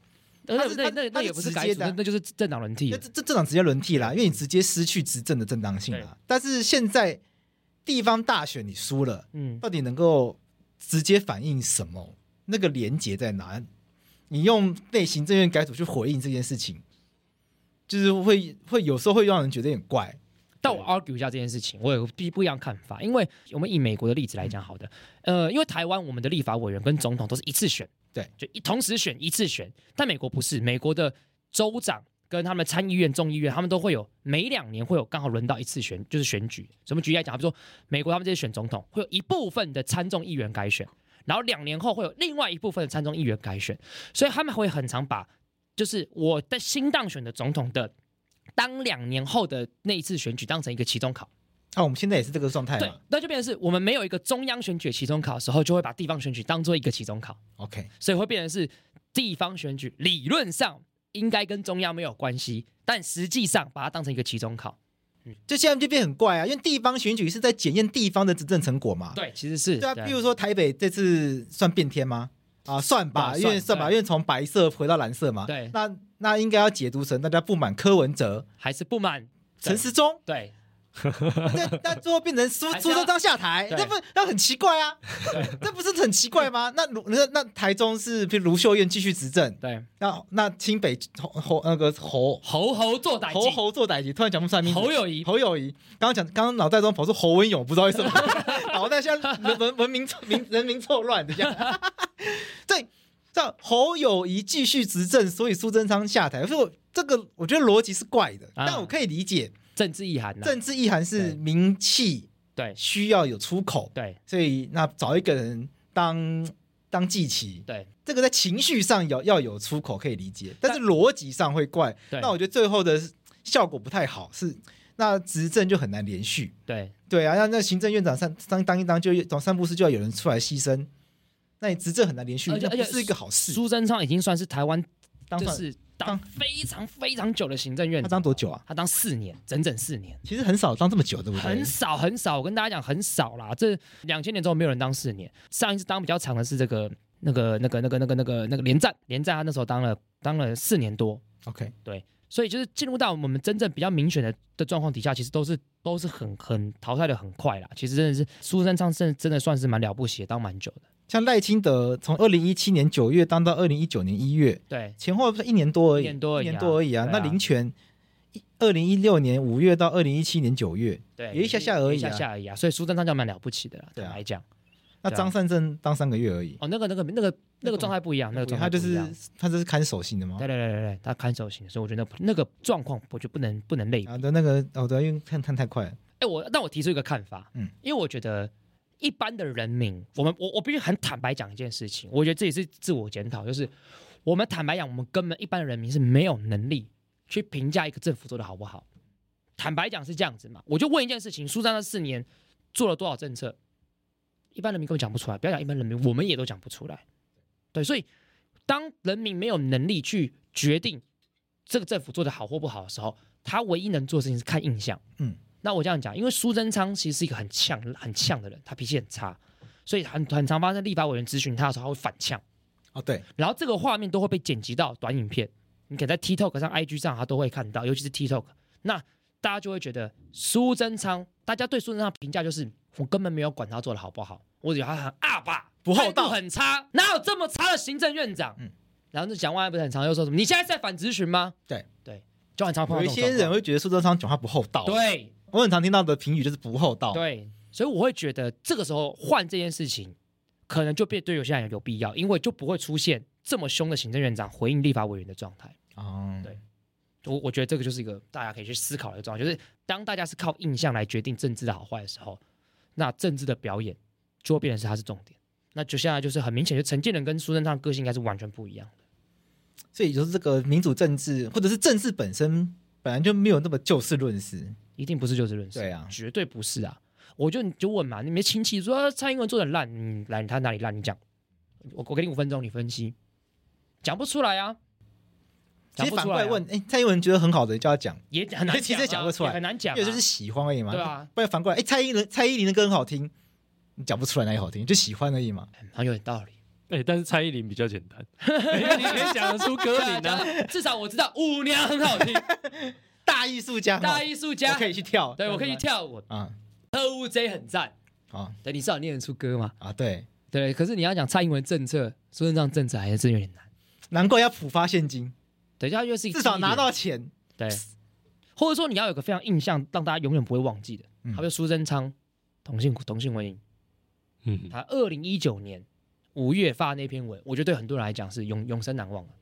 [SPEAKER 2] 那
[SPEAKER 1] 他是
[SPEAKER 2] 那
[SPEAKER 1] 他
[SPEAKER 2] 那
[SPEAKER 1] 他
[SPEAKER 2] 那
[SPEAKER 1] 是
[SPEAKER 2] 也不是
[SPEAKER 1] 直
[SPEAKER 2] 改
[SPEAKER 1] 接
[SPEAKER 2] 组，
[SPEAKER 1] 的啊
[SPEAKER 2] 那那就是政党轮替
[SPEAKER 1] 那
[SPEAKER 2] 了。
[SPEAKER 1] 这这政党直接轮替啦，因为你直接失去执政的正当性啦。但是现在地方大选你输了。
[SPEAKER 2] 嗯，
[SPEAKER 1] 到底能够直接反映什么？那个连结在哪？你用被行政院改组去回应这件事情，就是会会有时候会让人觉得有点怪。
[SPEAKER 2] 但我 argue 一下这件事情，我有不不一样看法，因为我们以美国的例子来讲，好的，呃，因为台湾我们的立法委员跟总统都是一次选，
[SPEAKER 1] 对，
[SPEAKER 2] 就一同时选一次选，但美国不是，美国的州长跟他们参议院、众议院，他们都会有每两年会有刚好轮到一次选，就是选举。什么举例来讲，比如说美国他们这些选总统，会有一部分的参众议员改选，然后两年后会有另外一部分的参众议员改选，所以他们会很常把就是我的新当选的总统的。当两年后的那一次选举当成一个期中考，
[SPEAKER 1] 啊，我们现在也是这个状态
[SPEAKER 2] 对
[SPEAKER 1] 嘛。，
[SPEAKER 2] 那就变成是我们没有一个中央选举的期中考的时候，就会把地方选举当做一个期中考，
[SPEAKER 1] OK，
[SPEAKER 2] 所以会变成是地方选举理论上应该跟中央没有关系，但实际上把它当成一个期中考。
[SPEAKER 1] 就现在就变很怪啊，因为地方选举是在检验地方的执政成果嘛。
[SPEAKER 2] 对，其实是
[SPEAKER 1] 对啊，比如说台北这次算变天吗？啊，算吧，
[SPEAKER 2] 啊
[SPEAKER 1] 因为
[SPEAKER 2] 算
[SPEAKER 1] 算吧，因为从白色回到蓝色嘛。
[SPEAKER 2] 对
[SPEAKER 1] 那那应该要解读成大家不满柯文哲、
[SPEAKER 2] 还是不满
[SPEAKER 1] 陈
[SPEAKER 2] (laughs)
[SPEAKER 1] 时中，
[SPEAKER 2] 对
[SPEAKER 1] 那那最后变成苏
[SPEAKER 2] 还是
[SPEAKER 1] 苏
[SPEAKER 2] 要
[SPEAKER 1] 州章下台，
[SPEAKER 2] 对
[SPEAKER 1] 那不那很奇怪啊， (laughs) 这不是很奇怪吗？那卢那那台中是譬如卢秀燕继续执政，
[SPEAKER 2] 对
[SPEAKER 1] 那那清北侯侯那个侯
[SPEAKER 2] 猴猴做歹
[SPEAKER 1] 侯
[SPEAKER 2] 计，
[SPEAKER 1] 侯做歹局，突然讲不出来名字。
[SPEAKER 2] 侯友谊
[SPEAKER 1] 侯友谊，刚刚讲，刚刚脑袋中跑出侯文勇，不知道为什么， (laughs) 脑袋像人文文明民人民错乱的样子。 (laughs) 对，这样侯友谊继续执政，所以苏贞昌下台，所以我这个我觉得逻辑是怪的，
[SPEAKER 2] 啊
[SPEAKER 1] 但我可以理解，
[SPEAKER 2] 政治意涵呐、
[SPEAKER 1] 政治意涵是
[SPEAKER 2] 对
[SPEAKER 1] 名气
[SPEAKER 2] 对
[SPEAKER 1] 需要有出口，
[SPEAKER 2] 对
[SPEAKER 1] 所以那找一个人当当祭旗，
[SPEAKER 2] 对，
[SPEAKER 1] 这个在情绪上有要有出口可以理解，但是逻辑上会怪。
[SPEAKER 2] 对
[SPEAKER 1] 那我觉得最后的效果不太好，是那执政就很难连续。
[SPEAKER 2] 对
[SPEAKER 1] 对啊，那那行政院长三当当一当就总三不四就要有人出来牺牲，那你执政很难连续，
[SPEAKER 2] 而且
[SPEAKER 1] 那
[SPEAKER 2] 而且
[SPEAKER 1] 不是一个好事。
[SPEAKER 2] 苏贞昌已经算是台湾
[SPEAKER 1] 当
[SPEAKER 2] 就
[SPEAKER 1] 算
[SPEAKER 2] 是当
[SPEAKER 1] 当
[SPEAKER 2] 非常非常久的行政院
[SPEAKER 1] 他
[SPEAKER 2] 长，
[SPEAKER 1] 当多久啊？
[SPEAKER 2] 他当四年，整整四年。
[SPEAKER 1] 其实很少当这么久，对不对
[SPEAKER 2] 很？少很少，我跟大家讲很少啦。这两千年之后没有人当四年，上一次当比较长的是这个那个那个那个那个那个那个连战，连战他那时候当了当了四年多，
[SPEAKER 1] OK，
[SPEAKER 2] 所以就是进入到我们真正比较明显的的状况底下，其实都是都是很很淘汰的很快啦。其实真的是苏贞昌真的真的算是蛮了不起的，当蛮久的。
[SPEAKER 1] 像赖清德从二零一七年九月当到二零一九年一月，
[SPEAKER 2] 对
[SPEAKER 1] 前后一年多而已，
[SPEAKER 2] 一年多而已啊
[SPEAKER 1] 多而已啊。
[SPEAKER 2] 对啊
[SPEAKER 1] 那林权二零一六年五月到二零一七年九月，
[SPEAKER 2] 对，
[SPEAKER 1] 也一下下而
[SPEAKER 2] 也
[SPEAKER 1] 已啊
[SPEAKER 2] 一下下而已啊。所以苏贞昌就蛮了不起的啦，
[SPEAKER 1] 对啊
[SPEAKER 2] 坦白讲。
[SPEAKER 1] 那
[SPEAKER 2] 对啊
[SPEAKER 1] 张善政当三个月而已。
[SPEAKER 2] 哦，那个那个那个那个状态不一样，那个状态
[SPEAKER 1] 他就
[SPEAKER 2] 不一
[SPEAKER 1] 是
[SPEAKER 2] 样
[SPEAKER 1] 他这是看守型的吗
[SPEAKER 2] 对？对对对对，他看守型，所以我觉得那个状况我就不能不能类比。
[SPEAKER 1] 啊，对那个哦，对，因为看看太快了。
[SPEAKER 2] 哎、我但我提出一个看法，嗯
[SPEAKER 1] 嗯，
[SPEAKER 2] 因为我觉得一般的人民，我们我我必须很坦白讲一件事情，我觉得这也是自我检讨，就是我们坦白讲，我们根本一般的人民是没有能力去评价一个政府做的好不好。坦白讲是这样子嘛，我就问一件事情：苏珊那四年做了多少政策？一般人民根本讲不出来，不要讲一般人民，我们也都讲不出来。对，所以当人民没有能力去决定这个政府做的好或不好的时候，他唯一能做的事情是看印象。那我这样讲，因为苏贞昌其实是一个很呛、很呛的人，他脾气很差，所以很很常发生立法委员咨询他的时候，他会反呛，
[SPEAKER 1] 哦，对，
[SPEAKER 2] 然后这个画面都会被剪辑到短影片，你可能在 TikTok 上、IG 上，他都会看到，尤其是 TikTok。那大家就会觉得苏贞昌，大家对苏贞昌的评价就是，我根本没有管他做的好不好，我只觉得他很阿爸，
[SPEAKER 1] 不厚
[SPEAKER 2] 态度
[SPEAKER 1] 道
[SPEAKER 2] 很差，哪有这么差的行政院长？
[SPEAKER 1] 嗯
[SPEAKER 2] 然后那蒋万安不是很常又说什么，你现在是在反咨询吗？
[SPEAKER 1] 对
[SPEAKER 2] 对，就很常碰到
[SPEAKER 1] 有一
[SPEAKER 2] 这种
[SPEAKER 1] 些人
[SPEAKER 2] 状
[SPEAKER 1] 会觉得苏贞昌讲话不厚道。啊
[SPEAKER 2] 况，对。
[SPEAKER 1] 我很常听到的评语就是不厚道。
[SPEAKER 2] 对，所以我会觉得这个时候换这件事情，可能就变对有些人有必要，因为就不会出现这么凶的行政院长回应立法委员的状态。
[SPEAKER 1] 哦，
[SPEAKER 2] 对我我觉得这个就是一个大家可以去思考的状态，就是当大家是靠印象来决定政治的好坏的时候，那政治的表演就会变成是它是重点。那就现在就是很明显，就陈建仁跟苏贞昌的个性应该是完全不一样的。
[SPEAKER 1] 所以就是这个民主政治，或者是政治本身本来就没有那么就事论事，
[SPEAKER 2] 一定不是就事论事，
[SPEAKER 1] 对啊
[SPEAKER 2] 绝对不是啊！我就你就问嘛，你们亲戚说、啊蔡英文做的烂，嗯，来他哪里烂？你讲，我我给你五分钟，你分析，讲不出来啊，
[SPEAKER 1] 其
[SPEAKER 2] 讲
[SPEAKER 1] 实
[SPEAKER 2] 不
[SPEAKER 1] 反
[SPEAKER 2] 出
[SPEAKER 1] 过
[SPEAKER 2] 来、
[SPEAKER 1] 来
[SPEAKER 2] 啊，
[SPEAKER 1] 问，哎、蔡英文觉得很好的就要讲，
[SPEAKER 2] 也很难讲啊、
[SPEAKER 1] (laughs) 其实讲不出来
[SPEAKER 2] 也很难讲、啊，
[SPEAKER 1] 因为就是喜欢而已嘛。
[SPEAKER 2] 对啊，
[SPEAKER 1] 不然反过来，哎、蔡依林蔡依林的歌很好听，你讲不出来哪里好听，就喜欢而已嘛。
[SPEAKER 2] 很有点道理。
[SPEAKER 3] 哎、但是蔡依林比较简单， (laughs) 哎你可以讲得出歌名
[SPEAKER 2] 对啊
[SPEAKER 3] 啊。
[SPEAKER 2] 对 (laughs) 啊至少我知道舞娘很
[SPEAKER 1] (laughs)
[SPEAKER 2] 好听，
[SPEAKER 1] 大艺术家，哦
[SPEAKER 2] 大艺术
[SPEAKER 1] 我
[SPEAKER 2] 家
[SPEAKER 1] 可，以去跳，
[SPEAKER 2] 对我可以去跳舞，
[SPEAKER 1] 啊
[SPEAKER 2] 特务 J 很赞。
[SPEAKER 1] 啊
[SPEAKER 2] 对，你至少念得出歌嘛？
[SPEAKER 1] 啊！对，
[SPEAKER 2] 对，可是你要讲蔡英文政策、苏贞昌政策，还是有点难。
[SPEAKER 1] 难怪要普发现金，
[SPEAKER 2] 对，就它又是一个
[SPEAKER 1] 至少
[SPEAKER 2] 记忆点
[SPEAKER 1] 拿到钱。
[SPEAKER 2] 对， (laughs) 或者说你要有个非常印象，让大家永远不会忘记的，
[SPEAKER 1] 嗯
[SPEAKER 2] 好比苏贞昌同性同性婚姻，
[SPEAKER 3] (laughs) 嗯，
[SPEAKER 2] 他二零一九年五月发那篇文，我觉得对很多人来讲是永永生难忘的。啊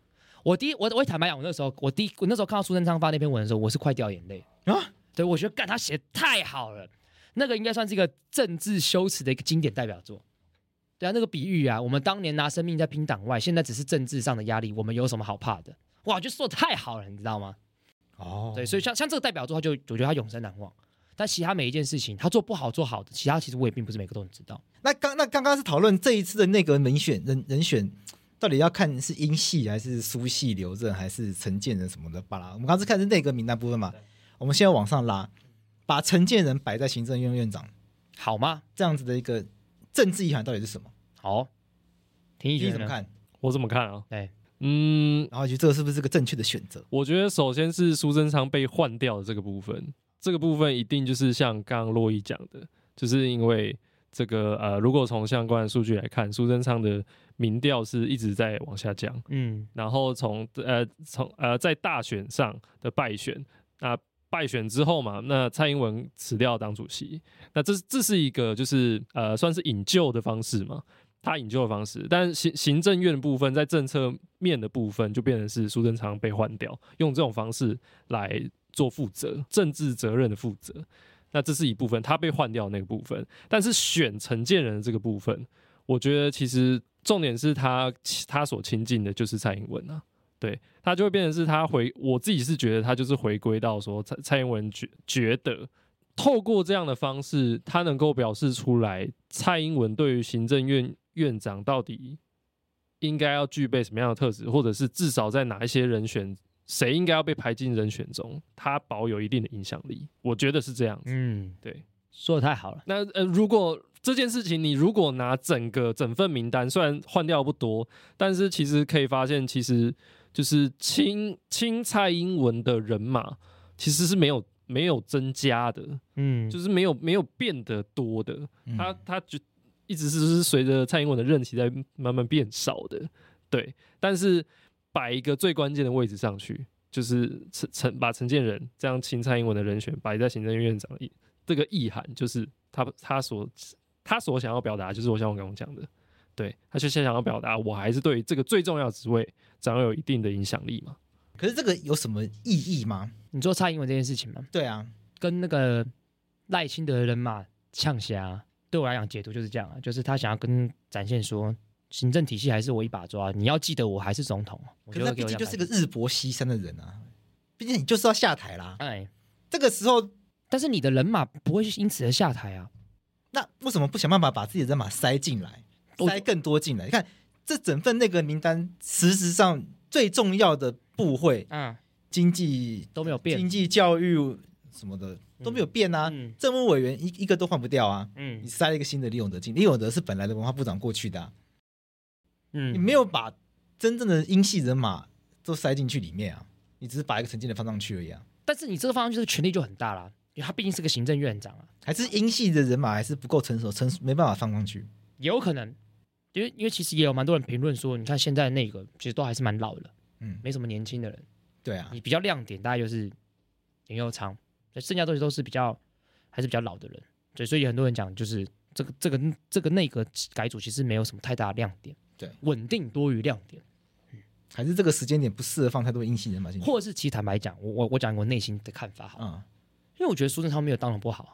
[SPEAKER 2] 我第一，我我也坦白讲，我那时候我第一我那时候看到苏贞昌发那篇文的时候，我是快掉眼泪
[SPEAKER 1] 啊
[SPEAKER 2] 啊！对，我觉得干他写得太好了，那个应该算是一个政治修辞的一个经典代表作。对啊，那个比喻啊，我们当年拿生命在拼党外，现在只是政治上的压力，我们有什么好怕的？哇，我觉得说的太好了，你知道吗？
[SPEAKER 1] 哦
[SPEAKER 2] 对，所以像像这个代表作，他就我觉得他永生难忘。但其他每一件事情，他做不好做好的，其他其实我也并不是每个都能知道。
[SPEAKER 1] 那刚那刚刚是讨论这一次的那个人选人人选，到底要看是英系还是苏系刘正还是陈建仁什么的巴拉。我们刚刚是看是内阁名单部分嘛，我们现在往上拉，把陈建仁摆在行政院院长
[SPEAKER 2] 好吗？
[SPEAKER 1] 这样子的一个政治意涵到底是什么？
[SPEAKER 2] 好、听
[SPEAKER 1] 你
[SPEAKER 2] 意见
[SPEAKER 1] 怎么
[SPEAKER 2] 呢？
[SPEAKER 1] 看？
[SPEAKER 3] 我怎么看啊？
[SPEAKER 2] 对，
[SPEAKER 3] 嗯，
[SPEAKER 1] 然后觉得这个是不是个正确的选择？
[SPEAKER 3] 我觉得首先是苏贞昌被换掉的这个部分，这个部分一定就是像刚刚洛伊讲的，就是因为这个呃，如果从相关的数据来看，苏贞昌的民调是一直在往下降，
[SPEAKER 2] 嗯，
[SPEAKER 3] 然后从呃从呃在大选上的败选，那、败选之后嘛，那蔡英文辞掉党主席，那这是这是一个就是呃算是引咎的方式嘛，他引咎的方式，但行行政院的部分在政策面的部分就变成是苏贞昌被换掉，用这种方式来做负责政治责任的负责，那这是一部分他被换掉的那个部分，但是选承建人的这个部分，我觉得其实重点是他他所亲近的就是蔡英文啊，对他就会变成是他回，我自己是觉得他就是回归到说蔡蔡英文觉觉得透过这样的方式，他能够表示出来蔡英文对于行政院院长到底应该要具备什么样的特质，或者是至少在哪一些人选。谁应该要被排进人选中？他保有一定的影响力，我觉得是这样子。
[SPEAKER 2] 嗯，
[SPEAKER 3] 对，
[SPEAKER 2] 说的太好了。
[SPEAKER 3] 那呃，如果这件事情你如果拿整个整份名单，虽然换掉不多，但是其实可以发现，其实就是亲亲蔡英文的人马其实是没有没有增加的，
[SPEAKER 2] 嗯，
[SPEAKER 3] 就是没有没有变得多的，
[SPEAKER 1] 嗯
[SPEAKER 3] 他他就一直是是随着蔡英文的任期在慢慢变少的，对，但是摆一个最关键的位置上去，就是陈陈把陈建仁这样亲蔡英文的人选摆在行政院院长的意这个意涵，就是他他所他所想要表达，就是我像我刚刚讲的，对，他就是想要表达，我还是对于这个最重要的职位掌有一定的影响力嘛，
[SPEAKER 1] 可是这个有什么意义吗？
[SPEAKER 2] 你做蔡英文这件事情嘛，
[SPEAKER 1] 对啊，
[SPEAKER 2] 跟那个赖清德的人马呛虾，对我来讲解读就是这样啊，就是他想要跟展现说，行政体系还是我一把抓，你要记得我还是总统。啊我
[SPEAKER 1] 可
[SPEAKER 2] 觉
[SPEAKER 1] 是
[SPEAKER 2] 得
[SPEAKER 1] 他
[SPEAKER 2] 给
[SPEAKER 1] 毕
[SPEAKER 2] 我
[SPEAKER 1] 竟
[SPEAKER 2] 这
[SPEAKER 1] 就
[SPEAKER 2] 样
[SPEAKER 1] 是个
[SPEAKER 2] 感觉
[SPEAKER 1] 日薄西山的人啊，毕竟你就是要下台啦。
[SPEAKER 2] 哎，
[SPEAKER 1] 这个时候，
[SPEAKER 2] 但是你的人马不会因此而下台啊。
[SPEAKER 1] 那为什么不想办法把自己的人马塞进来，
[SPEAKER 2] 我
[SPEAKER 1] 塞更多进来？你看这整份那个名单，实质上最重要的部会，
[SPEAKER 2] 嗯，
[SPEAKER 1] 经济、
[SPEAKER 2] 都没有变
[SPEAKER 1] 经。济、教育什么的都没有变啊。
[SPEAKER 2] 嗯
[SPEAKER 1] 政务委员一一个都换不掉啊。
[SPEAKER 2] 嗯
[SPEAKER 1] 你塞了一个新的李永德进，李永德是本来的文化部长过去的啊、你
[SPEAKER 2] 嗯，
[SPEAKER 1] 没有把真正的英系人马都塞进去里面啊，你只是把一个陈建仁放上去而已啊。
[SPEAKER 2] 但是你这个方向就是权力就很大啦，因为他毕竟是个行政院长啊，
[SPEAKER 1] 还是英系的人马还是不够成熟，成熟没办法放上去。
[SPEAKER 2] 也有可能，因为因为其实也有蛮多人评论说，你看现在那个其实都还是蛮老的，
[SPEAKER 1] 嗯，
[SPEAKER 2] 没什么年轻的人，
[SPEAKER 1] 对啊，
[SPEAKER 2] 你比较亮点大概就是林佑昌，剩下东西都是比较还是比较老的人，对，所以很多人讲就是这个这个这个内阁改组其实没有什么太大的亮点，
[SPEAKER 1] 对，
[SPEAKER 2] 稳定多于亮点，
[SPEAKER 1] 还是这个时间点不适合放太多英系人马进去。
[SPEAKER 2] 或者是其实坦白讲，我我我讲我内心的看法好了，
[SPEAKER 1] 啊、
[SPEAKER 2] 因为我觉得苏贞昌没有当的不好啊。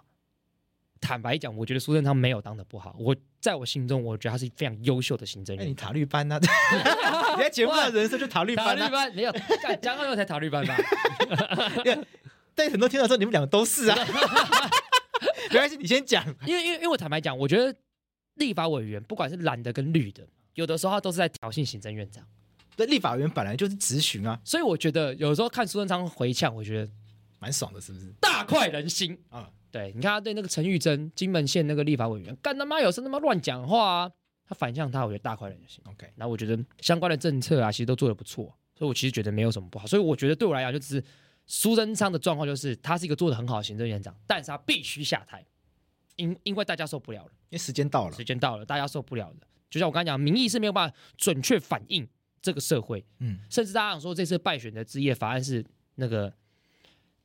[SPEAKER 2] 坦白讲，我觉得苏贞昌没有当的不好，我在我心中，我觉得他是非常优秀的行政
[SPEAKER 1] 嗯，哎、
[SPEAKER 2] 院
[SPEAKER 1] 你
[SPEAKER 2] 长。
[SPEAKER 1] 塔绿班呐、啊，你在节目上人生就塔绿
[SPEAKER 2] 塔
[SPEAKER 1] 班
[SPEAKER 2] 利
[SPEAKER 1] 啊。
[SPEAKER 2] 班没有，干江浩佑才塔利班吧？
[SPEAKER 1] 但很多听到说你们两个都是啊，没关系，你先讲。
[SPEAKER 2] 因为因为因为我坦白讲，我觉得立法委员不管是蓝的跟绿的，有的时候他都是在挑衅行政院长，
[SPEAKER 1] 那立法委员本来就是咨询啊，
[SPEAKER 2] 所以我觉得有时候看苏贞昌回呛，我觉得
[SPEAKER 1] 蛮爽的，是不是？
[SPEAKER 2] 大快人心
[SPEAKER 1] 啊
[SPEAKER 2] 啊！对，你看他对那个陈玉珍，金门县那个立法委员，干他妈有事他妈乱讲话啊！他反向他，我觉得大快人心。
[SPEAKER 1] OK，
[SPEAKER 2] 然后我觉得相关的政策啊，其实都做得不错，所以我其实觉得没有什么不好。所以我觉得对我来讲，就只是苏贞昌的状况就是他是一个做得很好的行政院长，但是他必须下台，因因为大家受不了了，
[SPEAKER 1] 因为时间到了
[SPEAKER 2] 时，间到了，大家受不了了。就像我刚才讲，民意是没有办法准确反映这个社会，
[SPEAKER 1] 嗯，
[SPEAKER 2] 甚至大家想说这次败选的置业法案是那个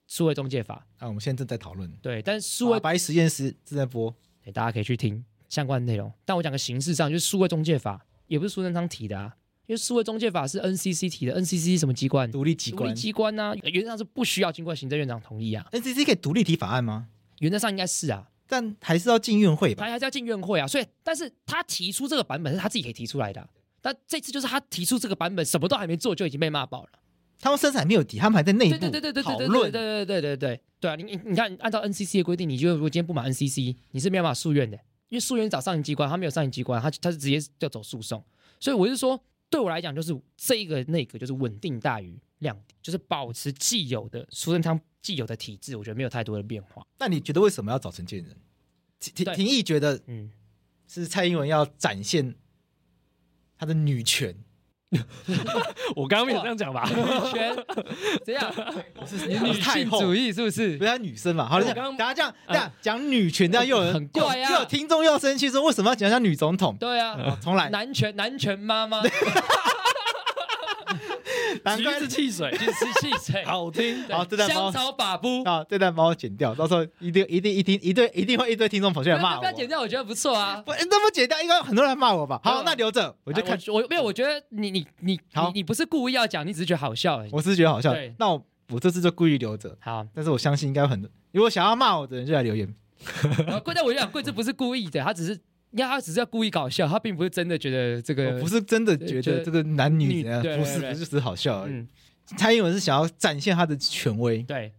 [SPEAKER 2] 数位中介法，
[SPEAKER 1] 啊，我们现在正在讨论。
[SPEAKER 2] 对，但是数
[SPEAKER 1] 法
[SPEAKER 2] 位
[SPEAKER 1] 白实验室正在播，
[SPEAKER 2] 对，大家可以去听相关的内容。但我讲个形式上，就是数位中介法也不是苏贞昌提的啊，因为数位中介法是 NCC 提的，NCC 是什么机关？
[SPEAKER 1] 独立机
[SPEAKER 2] 独立
[SPEAKER 1] 关。
[SPEAKER 2] 机关呐、原则上是不需要经过行政院长同意啊，
[SPEAKER 1] NCC 可以独立提法案吗？
[SPEAKER 2] 原则上应该是啊，
[SPEAKER 1] 但还是要进运会吧？
[SPEAKER 2] 他还是要进院会啊，所以但是他提出这个版本是他自己可以提出来的啊、但这次就是他提出这个版本，什么都还没做就已经被骂爆了。
[SPEAKER 1] 他们甚至还没有提，他们还在内
[SPEAKER 2] 对对
[SPEAKER 1] 部
[SPEAKER 2] 对对对
[SPEAKER 1] 讨
[SPEAKER 2] 对对对对
[SPEAKER 1] 论。
[SPEAKER 2] 对对对对对啊！你你你看，按照 NCC 的规定，你就如果今天不满 NCC，你是没有办法诉愿的，因为诉愿找上级机关，他没有上级机关，他他是直接要走诉讼。所以我是说，对我来讲，就是这一个内阁就是稳定大于亮点，就是保持既有的苏贞昌既有的体制，我觉得没有太多的变化。
[SPEAKER 1] 那你觉得为什么要找陈建仁？廷廷
[SPEAKER 2] 对
[SPEAKER 1] 廷义觉得
[SPEAKER 2] 嗯，
[SPEAKER 1] 是蔡英文要展现她的女权，
[SPEAKER 3] 我刚刚没有这样
[SPEAKER 1] (laughs)
[SPEAKER 3] 讲吧？
[SPEAKER 2] 全 (laughs) 这样哦
[SPEAKER 1] 是
[SPEAKER 3] 女性主义是不是
[SPEAKER 1] 不？
[SPEAKER 2] 啊
[SPEAKER 1] (laughs) 是她女生嘛？好了，
[SPEAKER 3] 我
[SPEAKER 1] 这
[SPEAKER 3] 刚
[SPEAKER 1] 样大家这样这样讲女权，这样又有人
[SPEAKER 2] 嗯很怪啊
[SPEAKER 1] 又有听众又要生气说为什么要讲像女总统？
[SPEAKER 2] 对啊，
[SPEAKER 1] 重来，
[SPEAKER 2] 男权男权妈妈，
[SPEAKER 1] 难
[SPEAKER 3] 橘
[SPEAKER 1] 怪
[SPEAKER 3] 子汽水
[SPEAKER 2] 就
[SPEAKER 3] (laughs)
[SPEAKER 2] 是汽水，
[SPEAKER 1] 好听。
[SPEAKER 2] 对
[SPEAKER 1] (laughs) 好，这段帮
[SPEAKER 2] 香
[SPEAKER 1] 我
[SPEAKER 2] 草把布。
[SPEAKER 1] 啊，这段帮我剪掉，到时候一定一定一定一对一定会一堆听众跑
[SPEAKER 2] 不
[SPEAKER 1] 进来骂
[SPEAKER 2] 要
[SPEAKER 1] 我。
[SPEAKER 2] 不要剪掉，我觉得不错啊。
[SPEAKER 1] 不，那不剪掉，应该很多人来骂我吧？
[SPEAKER 2] 对
[SPEAKER 1] 好，
[SPEAKER 2] 啊
[SPEAKER 1] 那留着，我就看
[SPEAKER 2] 哎。我我没有，我觉得你你你
[SPEAKER 1] 好
[SPEAKER 2] 你你不是故意要讲，你只是觉得好笑而已。
[SPEAKER 1] 我是觉得好笑
[SPEAKER 2] 对。
[SPEAKER 1] 那我我这次就故意留着，
[SPEAKER 2] 好，
[SPEAKER 1] 但是我相信应该有很多，如果想要骂我的人就来留言。
[SPEAKER 2] 然后贵在我就讲贵这不是故意的，他只是，因为他只是要故意搞笑，他并不是真的觉得这
[SPEAKER 1] 我
[SPEAKER 2] 个
[SPEAKER 1] 不是真的觉
[SPEAKER 2] 觉
[SPEAKER 1] 得
[SPEAKER 2] 得
[SPEAKER 1] 这个男女怎样，
[SPEAKER 2] 女对
[SPEAKER 1] 不是，
[SPEAKER 2] 对
[SPEAKER 1] 不
[SPEAKER 2] 对
[SPEAKER 1] 是，只是好笑而已。
[SPEAKER 2] 嗯，
[SPEAKER 1] 蔡英文是想要展现他的权威，
[SPEAKER 2] 对，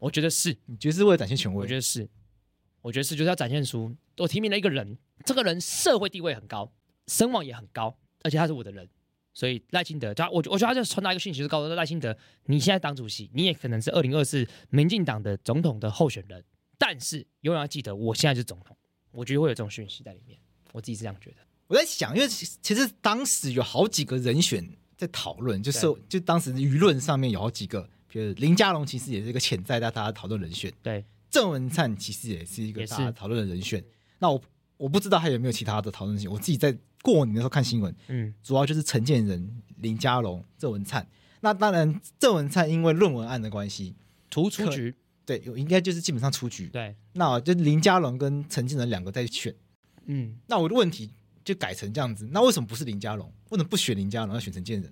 [SPEAKER 2] 我觉得是，
[SPEAKER 1] 你觉得是为了展现权
[SPEAKER 2] 我
[SPEAKER 1] 威
[SPEAKER 2] 觉？得是，我觉得是，就是要展现出我提名了一个人，这个人社会地位很高，声望也很高，而且他是我的人。所以赖清德，他我我觉得他就传达一个讯息，就是告诉赖清德，你现在当主席，你也可能是二零二四民进党的总统的候选人，但是永远要记得，我现在是总统。我觉得会有这种讯息在里面，我自己是这样觉得。
[SPEAKER 1] 我在想，因为其其实当时有好几个人选在讨论，就是就当时舆论上面有好几个，比如林佳龙其实也是一个潜在大家讨论人选，
[SPEAKER 2] 对，
[SPEAKER 1] 郑文灿其实也是一个
[SPEAKER 2] 也是
[SPEAKER 1] 大家讨论的人选。那我我不知道还有没有其他的讨论性。我自己在过年的时候看新闻，
[SPEAKER 2] 嗯，
[SPEAKER 1] 主要就是陈建仁、林佳龙、郑文灿。那当然，郑文灿因为论文案的关系，
[SPEAKER 2] 图出
[SPEAKER 1] 可
[SPEAKER 2] 局，
[SPEAKER 1] 对，应该就是基本上出局。
[SPEAKER 2] 对，
[SPEAKER 1] 那就林佳龙跟陈建仁两个在选。
[SPEAKER 2] 嗯，
[SPEAKER 1] 那我的问题就改成这样子，那为什么不是林佳龙？为什么不选林佳龙，要选陈建仁？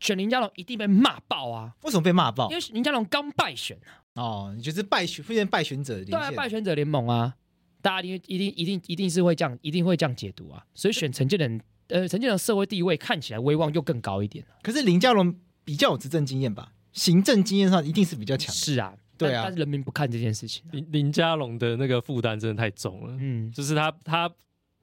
[SPEAKER 2] 选林佳龙一定被骂爆啊，
[SPEAKER 1] 为什么被骂爆
[SPEAKER 2] 因？为林佳龙刚败选啊，
[SPEAKER 1] 哦，你就是败选，出现败选者的
[SPEAKER 2] 对
[SPEAKER 1] 连
[SPEAKER 2] 啊，
[SPEAKER 1] 线。
[SPEAKER 2] 败选者联盟啊，大家一定一定一定一定是会这样，一定会这样解读啊。所以选陈建仁，呃，陈建仁社会地位看起来威望又更高一点、啊、
[SPEAKER 1] 可是林佳龙比较有执政经验吧，行政经验上一定是比较强的。
[SPEAKER 2] 是啊，
[SPEAKER 1] 对
[SPEAKER 2] 但
[SPEAKER 1] 啊
[SPEAKER 2] 但是人民不看这件事情、啊。
[SPEAKER 3] 林林佳龙的那个负担真的太重了，
[SPEAKER 2] 嗯，
[SPEAKER 3] 就是他他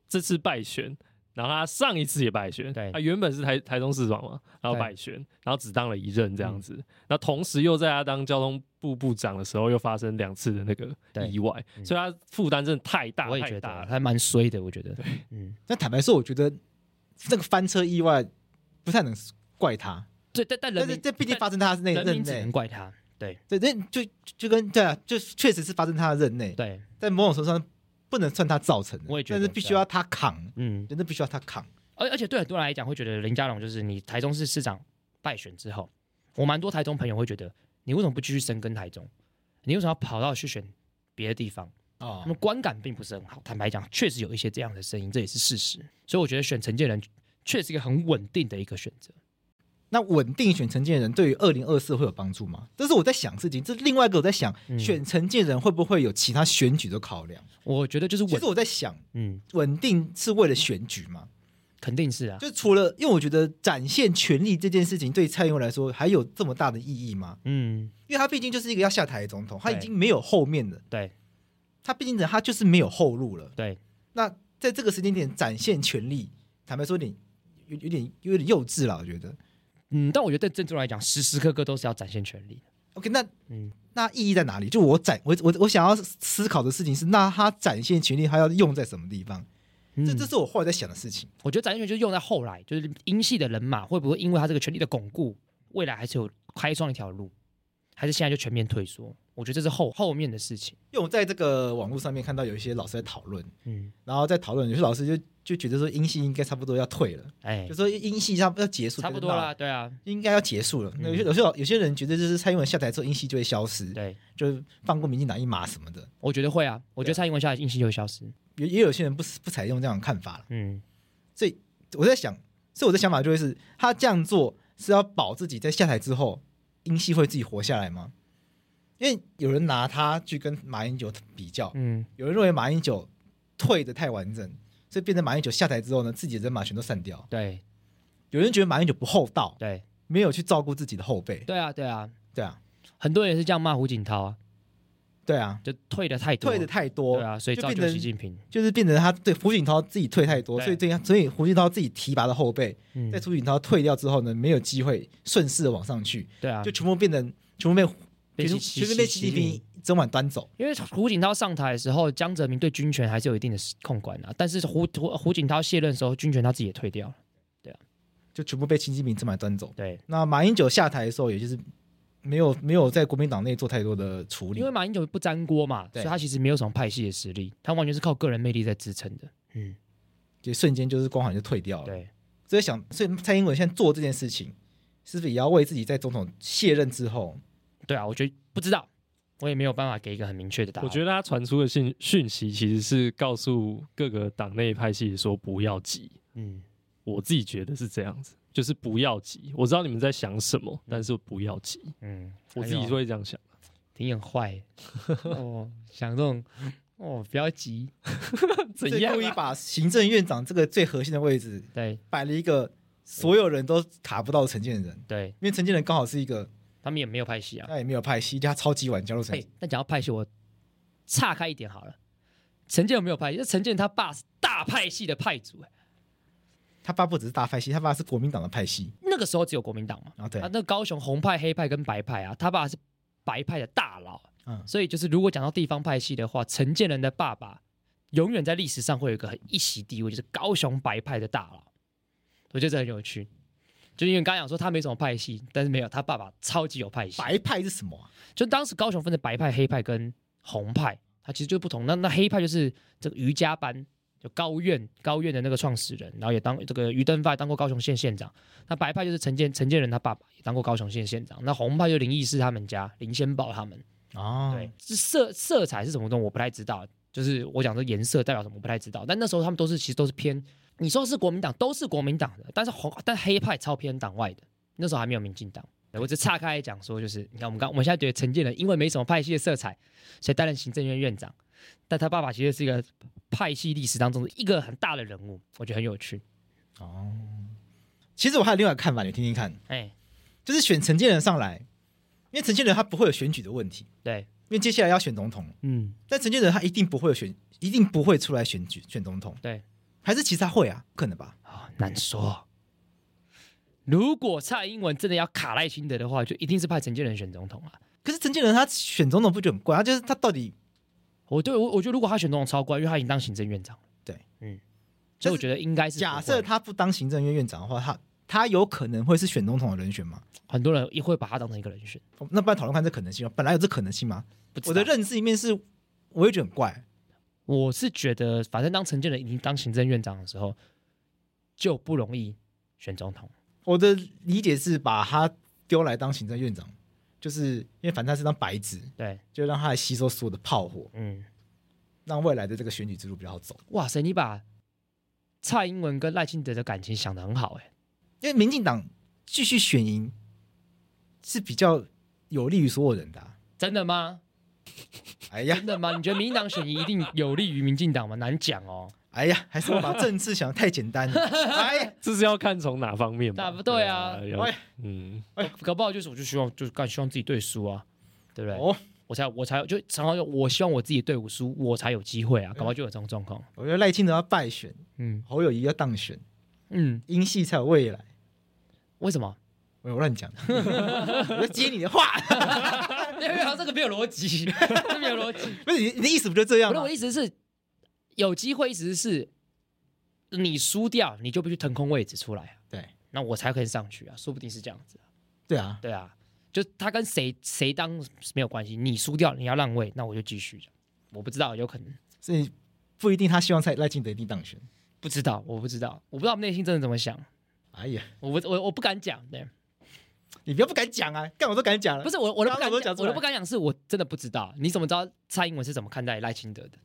[SPEAKER 3] 这次败选，然后他上一次也败选，
[SPEAKER 2] 对
[SPEAKER 3] 他原本是台台中市长嘛，然后
[SPEAKER 2] 对
[SPEAKER 3] 败选，然后只当了一任这样
[SPEAKER 2] 嗯
[SPEAKER 3] 子，那、同时又在他当交通部部长的时候又发生两次的那个
[SPEAKER 2] 对
[SPEAKER 3] 意外，
[SPEAKER 2] 嗯
[SPEAKER 3] 所以他负担真的太大
[SPEAKER 2] 我也
[SPEAKER 3] 太
[SPEAKER 2] 觉
[SPEAKER 3] 大
[SPEAKER 2] 得
[SPEAKER 3] 了。
[SPEAKER 2] 还蛮衰的，我觉得。嗯，
[SPEAKER 1] 那坦白说，我觉得这个翻车意外不太能怪他，
[SPEAKER 2] 对，但但人
[SPEAKER 1] 但是
[SPEAKER 2] 民
[SPEAKER 1] 这毕竟发生他是那
[SPEAKER 2] 人
[SPEAKER 1] 任
[SPEAKER 2] 民只能
[SPEAKER 1] 内，
[SPEAKER 2] 怪他。对
[SPEAKER 1] 对，那就就就跟对啊，就确实是发生他的任内，
[SPEAKER 2] 对，
[SPEAKER 1] 在某种程度上不能算他造成的，
[SPEAKER 2] 我也觉得啊
[SPEAKER 1] 但是必须要他扛，
[SPEAKER 2] 嗯，
[SPEAKER 1] 真的必须要他扛。
[SPEAKER 2] 而而且对很多人来讲，会觉得林佳龙就是你台中市市长败选之后，我蛮多台中朋友会觉得，你为什么不继续深耕台中？你为什么要跑到去选别的地方？
[SPEAKER 1] 哦
[SPEAKER 2] 他们观感并不是很好。坦白讲，确实有一些这样的声音，这也是事实。所以我觉得选承建人确实一个很稳定的一个选择。
[SPEAKER 1] 那稳定选承建人对于二零二四会有帮助吗？这是我在想事情，这是另外一个我在想，
[SPEAKER 2] 嗯
[SPEAKER 1] 选承建人会不会有其他选举的考量？
[SPEAKER 2] 我觉得就是
[SPEAKER 1] 其
[SPEAKER 2] 稳
[SPEAKER 1] 实，我在想，
[SPEAKER 2] 嗯，
[SPEAKER 1] 稳定是为了选举吗？
[SPEAKER 2] 肯定是啊，
[SPEAKER 1] 就除了，因为我觉得展现权力这件事情对蔡英文来说还有这么大的意义吗？
[SPEAKER 2] 嗯，
[SPEAKER 1] 因为他毕竟就是一个要下台的总统，他
[SPEAKER 2] 对
[SPEAKER 1] 已经没有后面了，
[SPEAKER 2] 对
[SPEAKER 1] 他毕竟他就是没有后路了。
[SPEAKER 2] 对，
[SPEAKER 1] 那在这个时间点展现权力，坦白说有点，有有点有点幼稚了，我觉得。
[SPEAKER 2] 嗯，但我觉得对郑州来讲，时时刻刻都是要展现权力。
[SPEAKER 1] OK，那
[SPEAKER 2] 嗯，
[SPEAKER 1] 那意义在哪里？就我展我我我想要思考的事情是，那他展现权力，他要用在什么地方？这
[SPEAKER 2] 嗯
[SPEAKER 1] 这是我后来在想的事情。
[SPEAKER 2] 我觉得展现权就是用在后来，就是英系的人马会不会因为他这个权力的巩固，未来还是有开创一条路，还是现在就全面退缩？我觉得这是后后面的事情。
[SPEAKER 1] 因为我在这个网络上面看到有一些老师在讨论，
[SPEAKER 2] 嗯，
[SPEAKER 1] 然后在讨论，有些老师就就觉得说英系应该差不多要退了，
[SPEAKER 2] 哎
[SPEAKER 1] 就，说英系差不多要结束，
[SPEAKER 2] 差不多啦，，对啊，
[SPEAKER 1] 应该要结束了。那有些有些老有些人觉得就是蔡英文下台之后，英系就会消失，
[SPEAKER 2] 嗯对，
[SPEAKER 1] 就是放过民进党一马什么的。
[SPEAKER 2] 我觉得会啊，我觉得蔡英文下来硬性就会消失。
[SPEAKER 1] 也也有些人不不采用这样的看法了。
[SPEAKER 2] 嗯，
[SPEAKER 1] 所以我在想，所以我的想法就会是，他这样做是要保自己在下台之后，英系会自己活下来吗？因为有人拿他去跟马英九比较，
[SPEAKER 2] 嗯，
[SPEAKER 1] 有人认为马英九退的太完整，所以变成马英九下台之后呢，自己的人马全都散掉；
[SPEAKER 2] 对
[SPEAKER 1] 有人觉得马英九不厚道，
[SPEAKER 2] 对
[SPEAKER 1] 没有去照顾自己的后辈。
[SPEAKER 2] 对啊对啊，
[SPEAKER 1] 对啊，
[SPEAKER 2] 很多人也是这样骂胡锦涛啊，
[SPEAKER 1] 对啊，
[SPEAKER 2] 就退的太多，
[SPEAKER 1] 退的太多，
[SPEAKER 2] 对啊，所以
[SPEAKER 1] 就
[SPEAKER 2] 造
[SPEAKER 1] 变
[SPEAKER 2] 就习
[SPEAKER 1] 成
[SPEAKER 2] 近平。
[SPEAKER 1] 就是变成他对胡锦涛自己退太多，
[SPEAKER 2] 对
[SPEAKER 1] 所以对他，所以胡锦涛自己提拔的后辈，
[SPEAKER 2] 嗯
[SPEAKER 1] 在，胡锦涛退掉之后呢，没有机会顺势的往上去，
[SPEAKER 2] 对啊，
[SPEAKER 1] 就全部变成全部被
[SPEAKER 2] 被
[SPEAKER 1] 全部
[SPEAKER 2] 习
[SPEAKER 1] 全部被
[SPEAKER 2] 习
[SPEAKER 1] 习近
[SPEAKER 2] 习近
[SPEAKER 1] 平整晚端走。
[SPEAKER 2] 因为胡锦涛上台的时候，江泽民对军权还是有一定的控管啊。但是胡胡胡锦涛卸任的时候，军权他自己也退掉了。
[SPEAKER 1] 就全部被习近平这么端走。
[SPEAKER 2] 对，
[SPEAKER 1] 那马英九下台的时候，也就是没有没有在国民党内做太多的处理
[SPEAKER 2] 因为，马英九不沾锅嘛，所
[SPEAKER 1] 对
[SPEAKER 2] 以他其实没有什么派系的实力，他完全是靠个人魅力在支撑的。嗯，
[SPEAKER 1] 就瞬间就是光环就退掉了。
[SPEAKER 2] 对，
[SPEAKER 1] 所以想，所以蔡英文现在做这件事情，是不是也要为自己在总统卸任之后，
[SPEAKER 2] 对啊，我觉得不知道，我也没有办法给一个很明确的答案。
[SPEAKER 3] 我觉
[SPEAKER 2] 得，
[SPEAKER 3] 得他传出的信讯息其实是告诉各个党内派系说不要急，
[SPEAKER 2] 嗯，
[SPEAKER 3] 我自己觉得是这样子，就是不要急。我知道你们在想什么，但是不要急，
[SPEAKER 2] 嗯，
[SPEAKER 3] 我自己
[SPEAKER 2] 说
[SPEAKER 3] 会这样想。
[SPEAKER 2] 挺眼
[SPEAKER 1] (laughs)
[SPEAKER 2] 坏的哦，想这种哦，不要
[SPEAKER 1] (laughs)
[SPEAKER 2] 急，
[SPEAKER 3] 怎样啊
[SPEAKER 1] 所以故意把行政院长这个最核心的位置
[SPEAKER 2] 对
[SPEAKER 1] 摆了一个所有人都卡不到的陈建仁？
[SPEAKER 2] 对，
[SPEAKER 1] 因为陈建仁刚好是一个
[SPEAKER 2] 他们也没有派系啊。
[SPEAKER 1] 他也没有派系，而且他超级晚加入陈
[SPEAKER 2] 哎，那讲到派系，我岔开一点好了。陈建有没有派系？那陈建他爸是大派系的派主、哎，
[SPEAKER 1] 他爸不只是大派系，他爸是国民党的派系
[SPEAKER 2] 那个时候只有国民党嘛。
[SPEAKER 1] 啊，对
[SPEAKER 2] 啊，，那高雄红派、黑派跟白派啊，他爸是白派的大佬，
[SPEAKER 1] 嗯
[SPEAKER 2] 所以就是如果讲到地方派系的话，陈建仁的爸爸永远在历史上会有一个很一席地位，就是高雄白派的大佬。我觉得这很有趣，就因为刚刚讲说他没什么派系，但是没有他爸爸超级有派系。
[SPEAKER 1] 白派是什么啊？
[SPEAKER 2] 就当时高雄分的白派、黑派跟红派，它其实就不同。那那黑派就是这个瑜伽班，就高院高院的那个创始人，然后也当这个于登发也当过高雄县县长。那白派就是陈建陈建仁他爸爸也当过高雄县县长。那红派就林义士他们家林先宝他们。
[SPEAKER 1] 哦，
[SPEAKER 2] 对，是色色彩是什么东西我不太知道，就是我讲的颜色代表什么我不太知道。但那时候他们都是其实都是偏，你说是国民党都是国民党的，但是红但黑派超偏党外的，那时候还没有民进党。对我只岔开来讲说，就是你看我们刚我们现在觉得陈建仁因为没什么派系的色彩，所以担任行政院院长，但他爸爸其实是一个派系历史当中的一个很大的人物，我觉得很有趣。
[SPEAKER 1] 哦，其实我还有另外一个看法，你听听看。
[SPEAKER 2] 哎，
[SPEAKER 1] 就是选陈建仁上来，因为陈建仁他不会有选举的问题，
[SPEAKER 2] 对，
[SPEAKER 1] 因为接下来要选总统了，
[SPEAKER 2] 嗯，
[SPEAKER 1] 但陈建仁他一定不会有选，一定不会出来选举选总统，
[SPEAKER 2] 对，
[SPEAKER 1] 还是其实他会啊，不可能吧？
[SPEAKER 2] 啊、难说。如果蔡英文真的要卡赖清德的话，就一定是派陈建仁选总统啊。
[SPEAKER 1] 可是陈建仁他选总统不就很怪？他就是他到底
[SPEAKER 2] 我对我我觉得如果他选总统超怪，因为他已经当行政院长了。
[SPEAKER 1] 对，
[SPEAKER 2] 嗯，
[SPEAKER 1] 但是
[SPEAKER 2] 所以我觉得应该是
[SPEAKER 1] 假
[SPEAKER 2] 不会
[SPEAKER 1] 设他不当行政院院长的话，他他有可能会是选总统的人选吗？
[SPEAKER 2] 很多人也会把他当成一个人选。
[SPEAKER 1] 哦那不然讨论看这可能性吗？本来有这可能性吗？
[SPEAKER 2] 不知道
[SPEAKER 1] 我的认知里面是，我也觉得很怪。
[SPEAKER 2] 我是觉得，反正当陈建仁已经当行政院长的时候，就不容易选总统。
[SPEAKER 1] 我的理解是把他丢来当行政院长，就是因为反正他是张白纸，
[SPEAKER 2] 对，
[SPEAKER 1] 就让他来吸收所有的炮火。
[SPEAKER 2] 嗯，
[SPEAKER 1] 让未来的这个选举之路比较好走。
[SPEAKER 2] 哇塞，你把蔡英文跟赖清德的感情想得很好哎、
[SPEAKER 1] 因为民进党继续选赢是比较有利于所有人的啊、
[SPEAKER 2] 真的吗？
[SPEAKER 1] 哎呀
[SPEAKER 2] 真，的吗？你觉得民进党选一定有利于民进党吗？难讲哦。
[SPEAKER 1] 哎呀，还是我把政治想得太简单了。哎呀，
[SPEAKER 3] 这是要看从哪方面吧
[SPEAKER 2] 那不对啊
[SPEAKER 3] 要
[SPEAKER 1] 哎
[SPEAKER 3] 嗯，
[SPEAKER 2] 搞不好就是我就希望就是干希望自己队输啊，对不对？
[SPEAKER 1] 哦，
[SPEAKER 2] 我才我才就常常有我希望我自己队伍输，我才有机会啊，搞不好就有这种状况。
[SPEAKER 1] 我觉得赖清德要败选，
[SPEAKER 2] 嗯
[SPEAKER 1] 侯友谊要当选，
[SPEAKER 2] 嗯，
[SPEAKER 1] 英系才有未来。
[SPEAKER 2] 为什么？ (laughs)
[SPEAKER 1] 我乱讲， (laughs) 我在接你的话，
[SPEAKER 2] 因为好像这个没有逻辑，这没有逻辑。
[SPEAKER 1] 不是你你的意思不就这样
[SPEAKER 2] 不是我
[SPEAKER 1] 吗
[SPEAKER 2] 的？意思是，有机会意思是，你输掉你就必须腾空位置出来啊，
[SPEAKER 1] 对
[SPEAKER 2] 那我才可以上去啊，说不定是这样子啊、
[SPEAKER 1] 对啊，
[SPEAKER 2] 对啊，就他跟谁谁当没有关系，你输掉你要让位，那我就继续这样我不知道，有可能
[SPEAKER 1] 所以不一定他希望蔡赖清德一定当选。
[SPEAKER 2] 不知道，我不知道，我不知道他们内心真的怎么想，
[SPEAKER 1] 哎呀，
[SPEAKER 2] 我不我我不敢讲，对，
[SPEAKER 1] 你不要不敢讲啊，干我都敢讲了。
[SPEAKER 2] 不是我我都不
[SPEAKER 1] 刚刚
[SPEAKER 2] 敢
[SPEAKER 1] 我都
[SPEAKER 2] 讲，
[SPEAKER 1] 讲出
[SPEAKER 2] 我
[SPEAKER 1] 来
[SPEAKER 2] 都不敢讲，是我真的不知道，你怎么知道蔡英文是怎么看待赖清德的？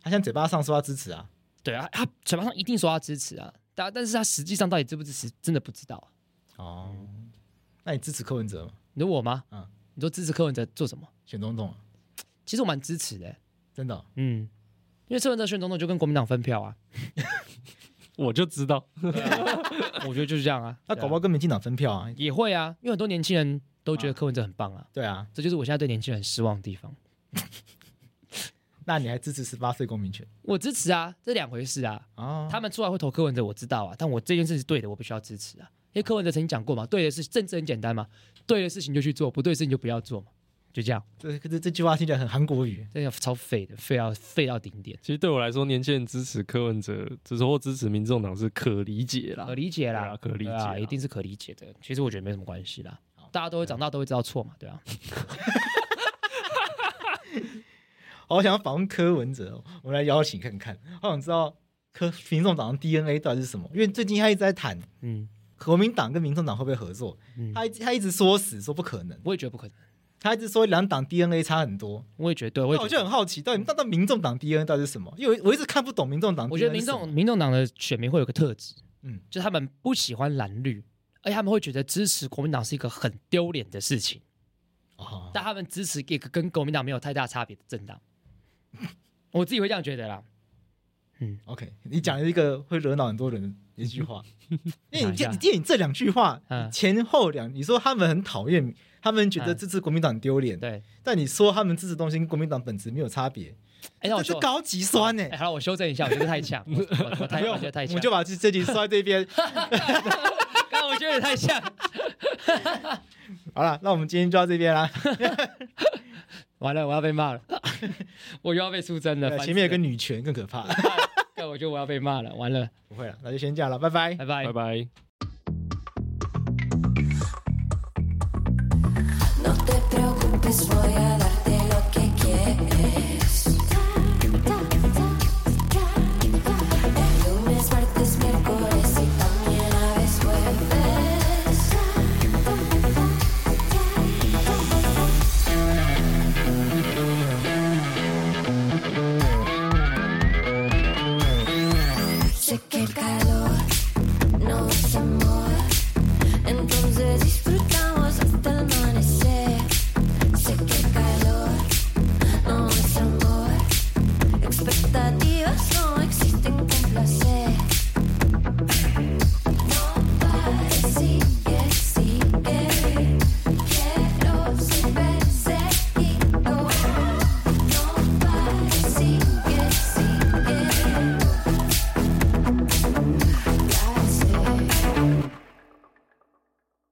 [SPEAKER 1] 他现在嘴巴上说要支持啊，
[SPEAKER 2] 对啊，他嘴巴上一定说他支持啊，但但是他实际上到底支不支持，真的不知道啊。
[SPEAKER 1] 哦，那你支持柯文哲吗？
[SPEAKER 2] 你问我吗？
[SPEAKER 1] 嗯
[SPEAKER 2] 你说支持柯文哲做什么？
[SPEAKER 1] 选总统啊，
[SPEAKER 2] 其实我蛮支持的欸、
[SPEAKER 1] 真的哦、
[SPEAKER 2] 嗯，因为柯文哲选总统就跟国民党分票啊，
[SPEAKER 3] 我就知道，
[SPEAKER 2] 我觉得就是这样啊。
[SPEAKER 1] 那搞不好嗯跟民进党分票啊。
[SPEAKER 2] 也会啊，因为很多年轻人都觉得柯文哲很棒啊，
[SPEAKER 1] 对啊，
[SPEAKER 2] 这就是我现在对年轻人失望的地方。
[SPEAKER 1] 那你还支持十八岁公民权
[SPEAKER 2] 我支持啊，这两回事啊。
[SPEAKER 1] 啊？
[SPEAKER 2] 他们出来会投柯文哲，我知道啊，但我这件事是对的，我必须要支持啊。因为柯文哲曾经讲过嘛，对的事政治很简单嘛，对的事情就去做，不对的事情就不要做嘛，就这样，
[SPEAKER 1] 这这这句话听起来很韩国语。
[SPEAKER 2] 这样超废的，废到废到顶点，
[SPEAKER 3] 其实对我来说，年轻人支持柯文哲，就是或支持民众党是可理解啦
[SPEAKER 2] 可。理解
[SPEAKER 3] 对
[SPEAKER 2] 啦
[SPEAKER 3] 啊，可理解
[SPEAKER 2] 对
[SPEAKER 3] 啦
[SPEAKER 2] 啊，一定是可理解的。其实我觉得没什么关系啦，大家都会长大，都会知道错嘛，对啊。
[SPEAKER 1] 好想要访问柯文哲、哦，我们来邀请看看。好想知道柯民众党的 DNA 到底是什么？因为最近他一直在谈
[SPEAKER 2] 嗯
[SPEAKER 1] 国民党跟民众党会不会合作，
[SPEAKER 2] 嗯，
[SPEAKER 1] 他一他一直说死说不可能，
[SPEAKER 2] 我也觉得不可能，
[SPEAKER 1] 他一直说两党 DNA 差很多。
[SPEAKER 2] 我也觉得对，我
[SPEAKER 1] 那
[SPEAKER 2] 也
[SPEAKER 1] 我
[SPEAKER 2] 觉
[SPEAKER 1] 就
[SPEAKER 2] 得。嗯
[SPEAKER 1] 很好奇，到底到底民众党 DNA 到底是什么？因为我我一直看不懂民众党 DNA
[SPEAKER 2] 我
[SPEAKER 1] 是
[SPEAKER 2] 觉
[SPEAKER 1] 什
[SPEAKER 2] 得民
[SPEAKER 1] 么。
[SPEAKER 2] 众民众党的选民会有个特质，嗯
[SPEAKER 1] 嗯，
[SPEAKER 2] 就是他们不喜欢蓝绿，而且他们会觉得支持国民党是一个很丢脸的事情，
[SPEAKER 1] 哦，
[SPEAKER 2] 但他们支持一个跟国民党没有太大差别的政党。 (laughs) 我自己会这样觉得啦，
[SPEAKER 1] OK，你讲了一个会惹恼很多人的一
[SPEAKER 2] (laughs)
[SPEAKER 1] 句话，因为你这
[SPEAKER 2] 哪一啊
[SPEAKER 1] 因为你这两句话
[SPEAKER 2] 嗯
[SPEAKER 1] 前后两，你说他们很讨厌，他们觉得
[SPEAKER 2] 嗯
[SPEAKER 1] 支持国民党丢脸，
[SPEAKER 2] 对。
[SPEAKER 1] 但你说他们支持东西跟国民党本质没有差别，
[SPEAKER 2] 哎，那
[SPEAKER 1] 这
[SPEAKER 2] 我
[SPEAKER 1] 是
[SPEAKER 2] 说，
[SPEAKER 1] 高级酸呢
[SPEAKER 2] 哎，。好了，我修正一下，我觉得太
[SPEAKER 1] (laughs)
[SPEAKER 2] 呛，我我 (laughs) 我太我觉得太
[SPEAKER 1] 我
[SPEAKER 2] 呛
[SPEAKER 1] 们，就把这
[SPEAKER 2] (laughs)
[SPEAKER 1] 这集说到这边。
[SPEAKER 2] 刚刚我觉得太呛，
[SPEAKER 1] 好了，那我们今天就到这边啦。
[SPEAKER 2] (laughs) 完了，我要被骂
[SPEAKER 1] (laughs)
[SPEAKER 2] 了，我又要被出征了
[SPEAKER 1] 对，
[SPEAKER 2] 烦
[SPEAKER 1] (laughs) 前面有
[SPEAKER 2] 死
[SPEAKER 1] 个
[SPEAKER 2] 了，
[SPEAKER 1] 女权更可怕， (laughs)
[SPEAKER 2] 干我觉得我要被骂了，完了，
[SPEAKER 1] 不会了，那就先这样了，拜拜。
[SPEAKER 2] 拜拜
[SPEAKER 3] 拜。拜。
[SPEAKER 4] No te preocupes, voy a darte lo que quieres. El lunes, martes, miércoles y también a veces jueves. Sé que el calor no es amor. Entonces disfrutamos hasta el amanecer. Sé que el calor no es amor. Expectativas no existen como